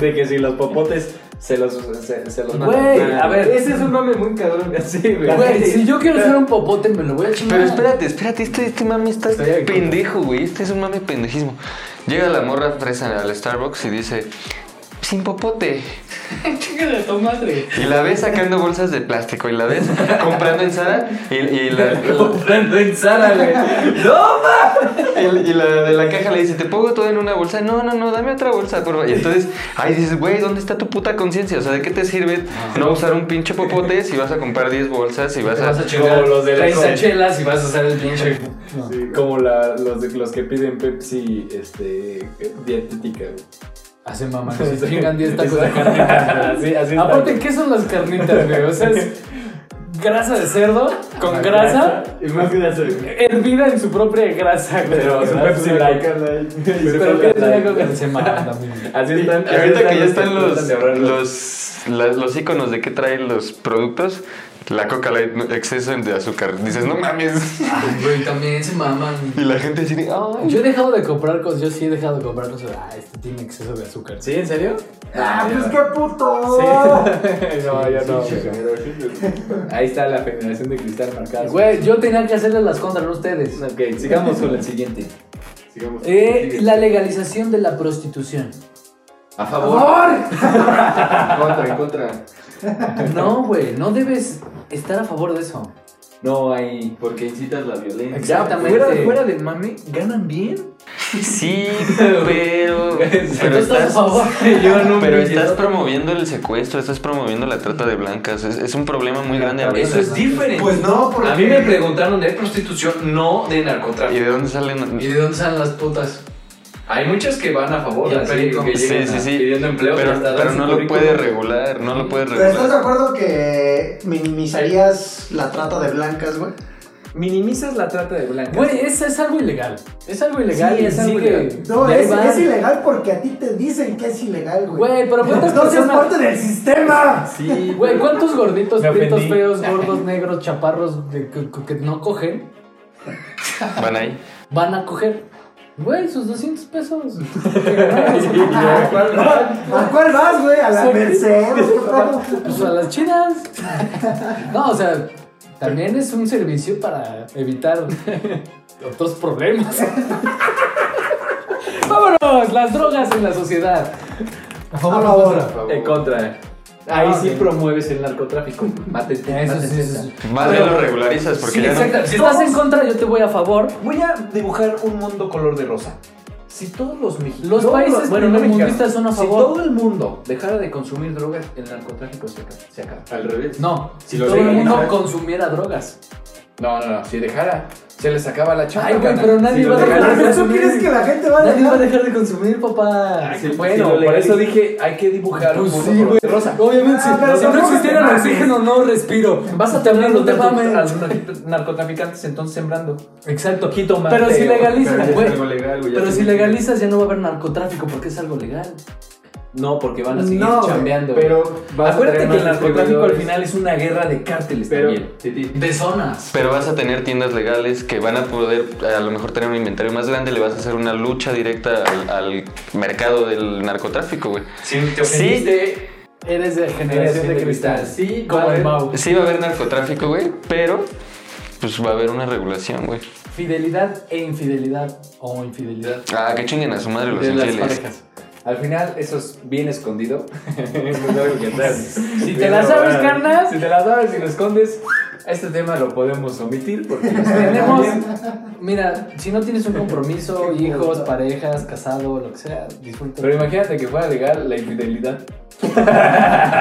S1: De que si los popotes
S18: se los, se, se los
S4: Güey, a ver.
S1: Ese es un mame muy cabrón. Así, güey.
S4: Güey, si yo quiero hacer un popote, me lo voy a chingar.
S3: Pero espérate, espérate, este, este mami está
S1: Estoy aquí.
S3: pendejo, güey. Este es un mame pendejismo. Llega la morra fresa al Starbucks y dice, sin popote.
S4: Chíngale a tu madre.
S3: Y la ves sacando bolsas de plástico y la ves comprando en Zara y, y la,
S4: Comprando en Zara, güey. ¡No, ma!
S3: el- y la de la caja le dice, te pongo todo en una bolsa. No, no, no, dame otra bolsa, por favor. Y entonces, ahí dices, güey, ¿dónde está tu puta conciencia? O sea, ¿de qué te sirve no usar un pinche popote si vas a comprar 10 bolsas y vas
S19: Te vas
S3: a...
S19: a chingar
S4: Como los de la
S19: 30
S4: Coca.
S19: chelas y vas a hacer el pinche.
S1: Sí, como la, los, de- los que piden Pepsi este, dietética. güey.
S4: Hacen mamá, se chingan 10 tacos de carnitas.
S1: Así, así está.
S4: Aparte, ¿qué son las carnitas, güey? O sea, es grasa de cerdo con Ah, grasa
S1: Y más grasa. güey.
S4: hervida en su propia grasa, güey.
S1: Pero
S4: Es un
S1: grasa,
S4: Pepsi
S1: una
S4: Light.
S1: Coca Light.
S4: Pero ¿qué tiene que
S1: Coca
S4: ver
S1: Light.
S4: se maman también?
S1: Así están.
S3: Y ahorita que ya están
S1: tratan
S3: los,
S1: de ahorrar
S3: los, la- los iconos de qué traen los productos, la coca light, no- exceso de azúcar. Dices, no mames.
S4: Ay, güey, también se maman.
S3: Y la gente dice, ay.
S4: Yo he dejado de comprar cosas, yo sí he dejado de comprar cosas. Ah, este tiene exceso de azúcar.
S1: ¿Sí? ¿En serio?
S6: ¡Ah, pues qué puto!
S1: no, yo no.
S6: Sí,
S1: Ahí está la generación de cristal marcada.
S4: Güey, yo tenía que hacerles las contras a ustedes.
S1: Ok, sigamos con el siguiente. Sigamos.
S4: Eh, la legalización de la prostitución.
S1: A favor. contra, en contra.
S4: No, güey, no debes estar a favor de eso.
S1: No hay. Porque incitas la violencia.
S4: Exactamente.
S1: Ya, fuera, fuera del mame, ganan bien.
S3: Sí, pero.
S4: ¿Tú
S3: Pero
S4: estás a
S3: estás.
S4: favor?
S1: Yo no
S3: Pero estás promoviendo el secuestro, estás promoviendo la trata de blancas. Es, es un problema muy grande ahorita.
S18: Eso es diferente.
S5: Pues no, porque...
S18: a mí me preguntaron de prostitución, no de narcotráfico.
S3: ¿Y de dónde salen?
S4: ¿Y de dónde salen las putas?
S18: Hay muchas que van a favor,
S4: Y el
S18: así,
S4: perico.
S18: que llegan
S3: Sí, sí,
S18: a-
S3: sí.
S18: pidiendo empleo.
S3: Pero,
S18: y hasta dan
S3: pero
S18: su
S3: no lo
S18: currículum.
S3: puede regular, no lo puede
S5: Pero estás de
S3: regular.
S5: acuerdo que minimizarías la trata de blancas, güey.
S1: Minimizas la trata de blancas.
S4: Güey, es, es algo ilegal. Es algo ilegal.
S1: Sí,
S4: y
S1: es algo
S4: sigue-
S1: ilegal.
S4: y
S6: No,
S4: ahí
S6: es,
S4: van.
S6: es ilegal porque a ti te dicen que es ilegal, güey.
S4: Güey, pero ¿cuántas
S6: no seas
S4: personas-
S6: parte del sistema.
S1: Sí.
S4: Güey, ¿cuántos gorditos,
S1: Me
S4: pintos,
S1: ofendí.
S4: feos, gordos, negros, chaparros de- que, que no cogen
S3: Van ahí.
S4: van a coger? Güey, sus 200 pesos.
S6: ¿A cuál vas, güey? A la
S4: Sí.
S6: Mercedes, por favor.
S4: Pues a las chidas. No, o sea, también es un servicio para evitar otros problemas. Vámonos, las drogas en la sociedad.
S6: Por favor.
S1: En contra. Ahí sí promueves el narcotráfico. Mátete.
S4: Ah, Eso sí,
S1: mátete.
S4: eso sí.
S3: Más bien lo regularizas porque
S4: Sí,
S3: ya no-
S4: exacto. Si estás en contra, yo te voy a favor.
S1: Voy a dibujar un mundo color de rosa. Si todos los mexicanos.
S4: Los países primermundistas son a favor.
S1: Si todo el mundo dejara de consumir drogas, el narcotráfico se acaba. Se acaba.
S19: Al revés.
S4: No,
S1: Si
S4: si
S1: lo
S4: todo el
S1: legalizas-
S4: mundo consumiera drogas.
S1: No, no, no. Si dejara, se les acaba la chamba.
S4: Ay, güey,
S1: carnal.
S4: pero nadie
S1: Si
S4: va a
S1: lo pues,
S4: dejar
S1: dejaras-
S4: de
S6: ¿Tú crees que la gente va a
S4: Nadie va a
S6: dejar?
S4: dejar de consumir, papá.
S1: Sí,
S4: Ah, bueno,
S1: bueno, por
S4: para
S1: eso dije, hay que dibujar
S4: Pues
S1: un
S4: sí,
S1: mundo
S4: güey.
S1: color de rosa.
S4: Obviamente,
S6: Ah,
S4: si-
S6: pero
S4: si no
S6: tampoco te
S4: existiera el
S6: mames.
S4: oxígeno, no respiro.
S1: Vas a tener a
S4: no
S1: los
S4: te mames.
S1: narco- narcotraficantes entonces sembrando.
S4: Exacto.
S1: Quito más.
S4: Pero si
S19: Pero ya
S4: legalizas,
S19: es
S4: güey.
S19: algo legal, güey, ya
S4: Pero si
S19: tiene-
S4: legalizas ya no va a haber narcotráfico porque es algo legal.
S1: No, porque van a seguir
S6: No, güey,
S1: chambeando.
S19: Pero vas a
S1: Acuérdate
S19: tener
S1: que el
S19: más
S1: narcotráfico al
S19: distribuidores.
S1: final es una guerra de cárteles también.
S19: Pero, Titi,
S4: De zonas.
S3: Pero vas a tener tiendas legales que van a poder, eh, a lo mejor, tener un inventario más grande. Le vas a hacer una lucha directa al, al mercado del narcotráfico, güey. Sí,
S4: Eres de generación de cristal.
S1: Sí, va a
S4: Como el
S1: haber-
S4: Mau.
S3: sí va a haber narcotráfico, güey, pero pues va a haber una regulación, güey.
S4: Fidelidad e infidelidad. O infidelidad.
S3: Ah, que chinguen a su madre los
S4: De las
S3: infieles.
S4: parejas.
S1: Al final, eso es bien escondido. si
S4: te la sabes, carnal.
S1: Si te la sabes y lo escondes, este tema lo podemos omitir porque
S4: Tenemos. Mira, si no tienes un compromiso, hijos, parejas, casado, lo que sea, disfruta.
S1: Pero imagínate que fuera legal la infidelidad.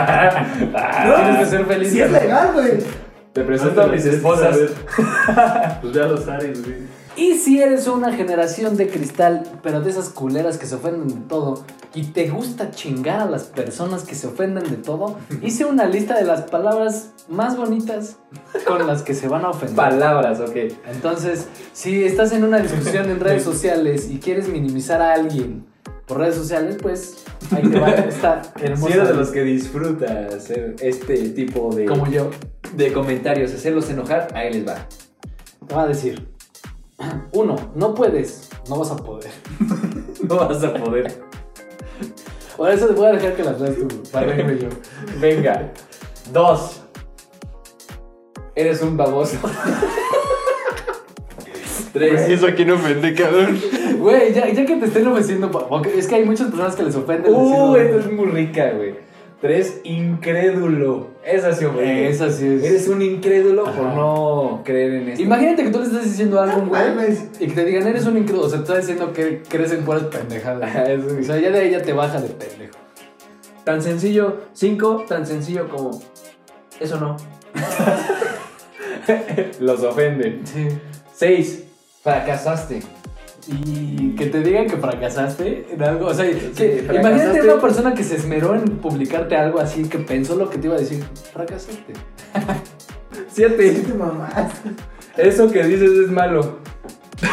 S1: Tienes que ser feliz.
S6: Si es legal, güey.
S1: Te presento a mis esposas.
S19: pues ya lo sabes, güey.
S4: Y si eres una generación de cristal, pero de esas culeras que se ofenden de todo, y te gusta chingar a las personas que se ofenden de todo, hice una lista de las palabras más bonitas con las que se van a ofender.
S1: Palabras, ok.
S4: Entonces, si estás en una discusión en redes sociales y quieres minimizar a alguien por redes sociales, pues ahí te va a estar hermosa.
S1: Si eres de los que disfruta hacer este tipo de,
S4: Como yo,
S1: de comentarios, hacerlos enojar, ahí les va.
S4: te va a decir: Uno, no puedes, no vas a poder.
S1: No vas a poder.
S4: Por eso te voy a dejar que las leas tú, güey, para reírme yo.
S1: Venga. Dos. Eres un baboso. Tres.
S3: Eso aquí no ofende, cabrón.
S4: Güey, ya, ya que te estén ofreciendo, pa- porque es que hay muchas personas que les ofenden.
S1: Uh, esta
S4: decirlo.
S1: es muy rica, güey. Tres, incrédulo. Esa sí, güey.
S4: Eso sí es.
S1: eh, Eres un incrédulo por no creer en esto.
S4: Imagínate que tú le estás diciendo algo, a un güey,
S6: mames.
S4: y que te digan, eres un incrédulo. O sea, te está diciendo que crees en puras
S1: Ajá,
S4: pendejadas.
S1: es
S4: O
S1: un-
S4: sea, ya de ahí ya te baja de pendejo.
S1: Tan sencillo, cinco, tan sencillo como eso no. Los ofende.
S4: Sí.
S1: Seis, fracasaste.
S4: Y que te digan que fracasaste en algo. O sea, que-
S1: fracasaste.
S4: imagínate una persona que se esmeró en publicarte algo así que pensó lo que te iba a decir. Fracasaste.
S1: Siete,
S6: Te mamás.
S1: eso que dices es malo.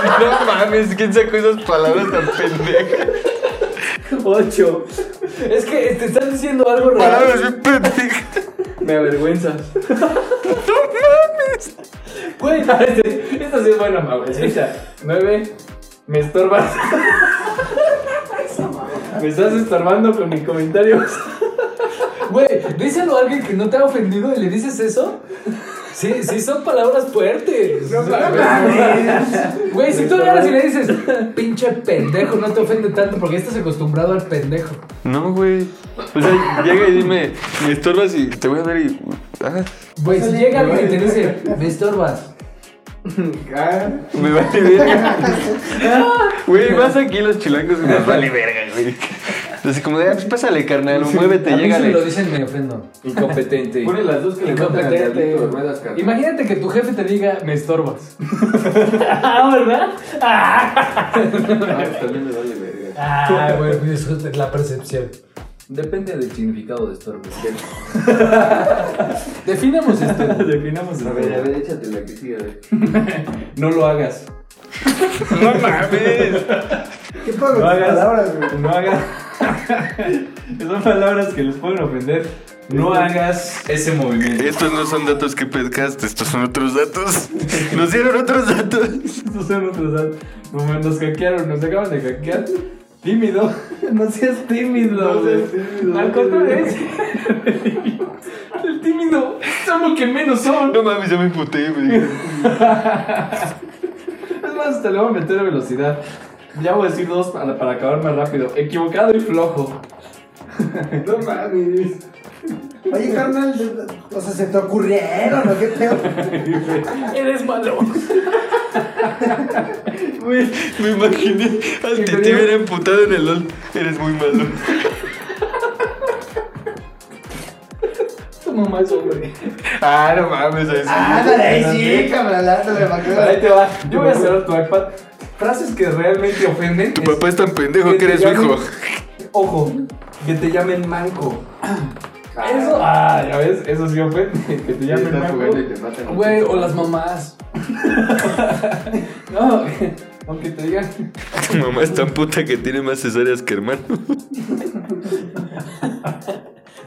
S3: No mames, ¿quién sacó esas palabras tan pendejas?
S1: Ocho,
S4: Es que te están diciendo algo real.
S3: Palabras bien pendejas.
S1: me avergüenza.
S4: Güey, este,
S1: Esta sí es buena, mamacita. Nueve, me estorbas. me estás estorbando con mis comentarios.
S4: Güey, díselo a alguien que no te ha ofendido y le dices eso. Sí, sí, son palabras fuertes. Güey, si tú agarras y le dices, pinche pendejo, no te ofende tanto porque estás acostumbrado al pendejo.
S3: No, güey. O sea, llega y dime, me estorbas y te voy a ver y. Ah,
S4: Güey, si llega alguien y te dice, me estorbas.
S3: me vale verga. Güey, vas aquí los chilangos y nos vale verga, güey. Así como de, ah, pues pásale, carnal, muévete,
S4: a mí si me lo
S3: llégale.
S4: dicen, me ofendo.
S1: Incompetente.
S20: Pone las dos que le matan al
S4: Incompetente.
S20: diablito de ruedas, carnal.
S4: Imagínate que tu jefe te diga, me estorbas.
S21: Ah, ¿verdad?
S20: Ah, también me vale verga.
S4: Ah, güey, eso es la percepción.
S1: Depende del significado de estorbo.
S4: Definamos esto.
S1: este Definamos
S20: A ver, a ver, échate la que sigue, a ver.
S1: No lo hagas.
S3: No mames.
S6: ¿Qué pago tus
S1: hagas.
S6: palabras, güey?
S1: No hagas. Son palabras que les pueden ofender. No hagas Este ese movimiento.
S3: Estos no son datos que pescaste, estos son otros datos. Nos dieron otros datos.
S1: Estos son otros datos. Como Nos hackearon, nos acaban de hackear. Tímido. No seas tímido. No seas tímido. Al contrario. El tímido son lo que menos son.
S3: No mames, ya me emputé, güey.
S1: Es más, hasta le voy a meter a velocidad. Ya voy a decir dos para, para acabar más rápido. Equivocado y flojo.
S20: No mames.
S6: Oye, carnal, o sea, ¿se te ocurrieron o qué pedo?
S4: Eres malo.
S3: Güey, me imaginé al Titi hubiera emputado en el LOL. Eres muy malo.
S4: Tu mamá es hombre.
S3: Ah, no mames, ahí sí.
S6: Ándale, ahí sí, cabrón, ándale, me acuerdo.
S1: Ahí te va. Yo voy a cerrar tu iPad. Frases que realmente ofenden.
S3: Tu
S1: es-
S3: papá es tan pendejo que eres su hijo.
S1: Ojo, que te llamen manco. Eso, ah, ya ves, eso sí ofende. Que te
S20: Ya
S1: llamen
S20: estás jugando y
S1: manco.
S20: te matan.
S4: Güey, o las mamás.
S1: No, aunque te digan.
S3: Tu mamá es tan puta que tiene más cesáreas que hermano.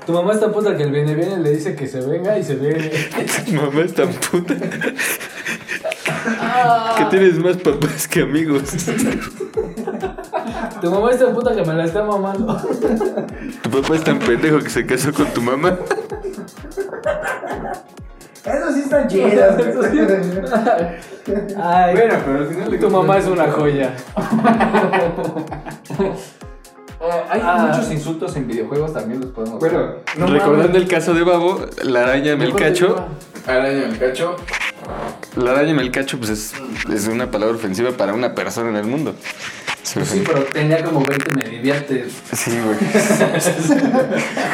S4: Tu mamá está puta que el viene viene le dice que se venga y se viene.
S3: Tu mamá es tan puta que tienes más papás que amigos.
S4: Tu mamá está puta que me la está mamando.
S3: Tu papá es tan pendejo que se casó con tu mamá.
S6: Eso sí están chidas, güey.
S4: Ay,
S20: Bueno, pero al final de
S4: tu
S20: cuentas-
S4: mamá es una joya.
S1: Eh, hay
S4: Ah.
S1: muchos insultos en videojuegos también los podemos.
S20: Bueno, no
S3: Recordando el caso de Babo, la araña Melcacho.
S20: mames. Araña el cacho.
S3: La araña Melcacho, pues es, es una palabra ofensiva para una persona en el mundo. Sí,
S4: Pues Sí,
S3: güey.
S4: pero tenía como 20 me divierte.
S3: Sí, güey.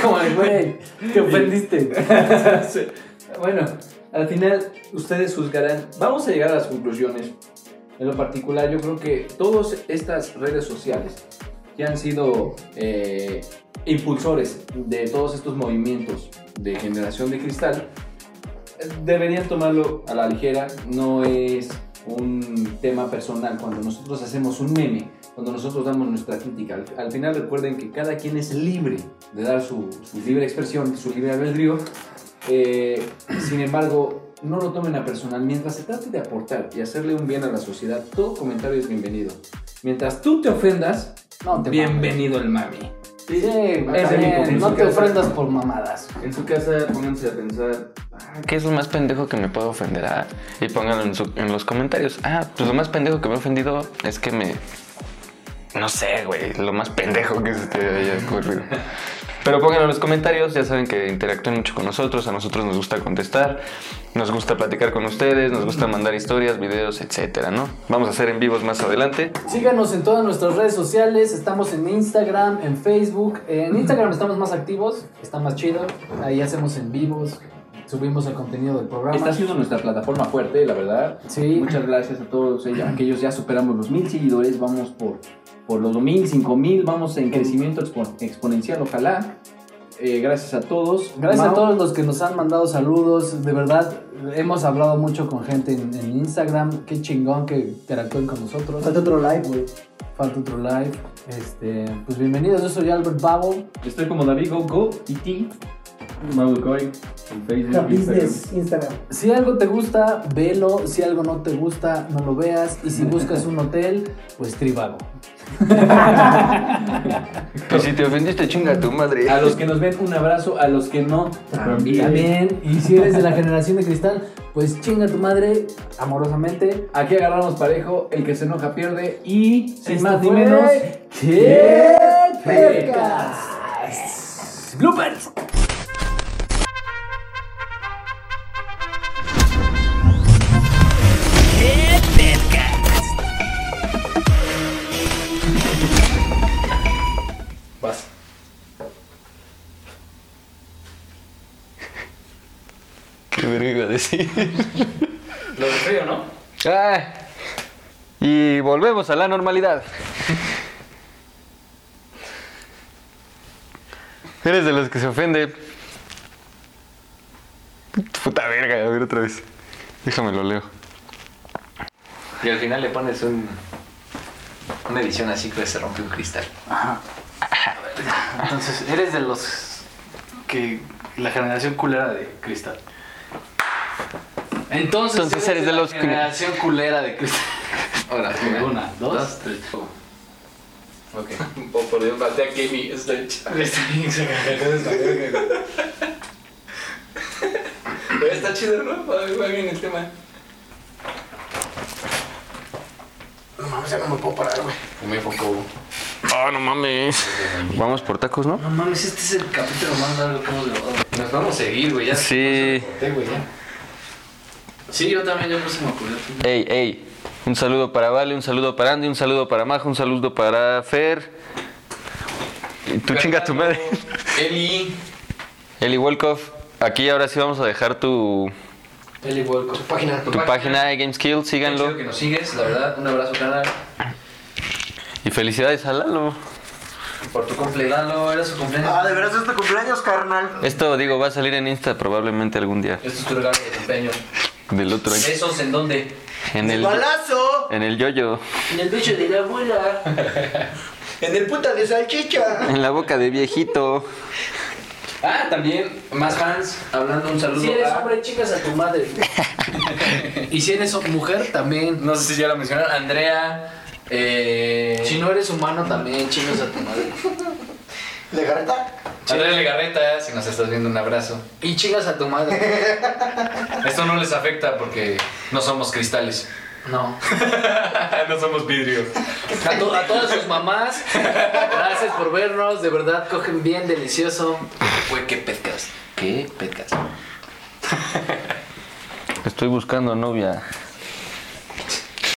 S4: Como el güey, te ofendiste.
S1: Bueno, al final ustedes juzgarán. Vamos a llegar a las conclusiones. En lo particular, yo creo que todas estas redes sociales que han sido eh, impulsores de todos estos movimientos de generación de cristal eh, deberían tomarlo a la ligera. No es un tema personal. Cuando nosotros hacemos un meme, cuando nosotros damos nuestra crítica, al, al final recuerden que cada quien es libre de dar su, su libre expresión, su libre albedrío. Eh, sin embargo, no lo tomen a personal. Mientras se trate de aportar y hacerle un bien a la sociedad, todo comentario es bienvenido. Mientras tú te ofendas,
S4: No te
S1: Bienvenido el mami.
S4: mames. Sí, güey,
S14: Es
S4: también,
S14: el único
S4: no te
S14: caso.
S4: ofrendas por mamadas.
S14: En su casa pónganse a pensar, ah,
S3: ¿Qué es lo más pendejo que me puedo ofender? Ah, y pónganlo en, su- en los comentarios. Ah, pues lo más pendejo que me he ofendido es que me. No sé, güey. Lo más pendejo que se te haya ocurrido. Pero pónganlo en los comentarios. Ya saben que interactúen mucho con nosotros. A nosotros nos gusta contestar. Nos gusta platicar con ustedes. Nos gusta mandar historias, videos, etcétera, ¿no? Vamos a hacer en vivos más adelante.
S4: Síganos en todas nuestras redes sociales. Estamos en Instagram, en Facebook. En Instagram estamos más activos, está más chido. Ahí hacemos en vivos, subimos el contenido del programa.
S7: Está siendo nuestra plataforma fuerte, la verdad.
S4: Sí,
S7: Muchas gracias a todos ellos. Aquellos ya superamos los mil seguidores, vamos por, por los mil, cinco mil, vamos en crecimiento expo- exponencial, ojalá. Eh, gracias a todos.
S4: Gracias
S7: Mau,
S4: a todos los que nos han mandado saludos. De verdad, hemos hablado mucho con gente en, en Instagram. Qué chingón que interactúen con nosotros.
S6: Falta otro like, güey.
S4: Falta otro live. Este, pues bienvenidos, yo soy Albert Babo.
S14: estoy como David Go Go y ti. Maducoy en
S6: La
S14: Facebook, Instagram.
S6: business, Instagram.
S4: Si algo te gusta, velo. Si algo no te gusta, no lo veas. Y si buscas un hotel, pues tribago.
S3: Pues si te ofendiste, chinga a tu madre.
S7: A los que nos ven, un abrazo. A los que no,
S4: Y
S7: también.
S4: también, y si eres de la generación de cristal, pues chinga tu madre amorosamente.
S7: Aquí agarramos parejo, el que se enoja pierde y sin
S4: Esto
S7: más ni
S4: fue
S7: menos.
S4: ¿Qué?
S7: Pecas.
S4: ¡Bloopers!
S3: ¿Qué verga iba a decir? Lo de frío, ¿no? Ah, y volvemos a la normalidad. Eres de los que se ofende. Puta verga, a ver otra vez. Déjame lo leo.
S1: Y al final le pones un. Una edición así que se rompe un cristal.
S22: Entonces, eres de los que la generación culera de cristal. Entonces,
S3: Entonces, eres de
S22: la
S3: los que-
S22: generación culera de cristal.
S1: Ahora,
S22: Una, dos, tres.
S14: Oh, por Dios, maté a Kemi, es la hecha.
S22: Está bien, se cagó esta verga.
S14: Está chido, ¿no? Va va bien el tema.
S5: No mames, ya no me puedo parar, güey.
S22: Me focó.
S3: Ah, no mames. Vamos por tacos, ¿no?
S22: No mames, este es el capítulo más largo que hemos grabado. Nos vamos a seguir, güey. Ya
S3: Sí.
S22: corté, güey, ya. Sí, yo también, yo no se me ocurrió.
S3: Ey, ey. Un saludo para Vale, un saludo para Andy, un saludo para Majo, un saludo para Fer. Y tú chinga tu madre.
S22: Eli.
S3: Eli Wolkoff, aquí ahora sí vamos a dejar tu,
S22: Eli Walcott. Tu página.
S3: tu página de GameSkill, síganlo.
S22: Chido que nos sigues, la verdad. Un abrazo, canal.
S3: Y felicidades a Lalo.
S22: Por tu cumpleaños. Lalo, era su cumpleaños.
S5: Ah, de veras es tu cumpleaños, carnal.
S3: Esto, digo, va a salir en Insta probablemente algún día
S22: Esto es tu regalo de cumpleaños.
S3: del otro año.
S22: ¿Besos en dónde?
S3: En el,
S5: ¡Balazo!
S3: en el yoyo,
S22: En el pecho de la abuela.
S5: En el puta de salchicha.
S3: en la boca de viejito.
S22: Ah, también, más fans, hablando un saludo.
S4: Si eres
S22: a-
S4: hombre, chicas a tu madre. y si eres mujer, también.
S22: No sé si ya lo mencionaron, Andrea. Eh,
S4: Si no eres humano, también chingas a tu madre.
S5: ¿Le garta?
S22: Andrea Legarreta, si nos estás viendo, un abrazo.
S4: Y chingas a tu madre.
S22: Esto no les afecta porque no somos cristales.
S4: No.
S22: no somos vidrio.
S4: A, to- a todas sus mamás, gracias por vernos. De verdad, cogen bien, delicioso.
S22: Güey, qué petcas. Qué petcas.
S3: Estoy buscando novia.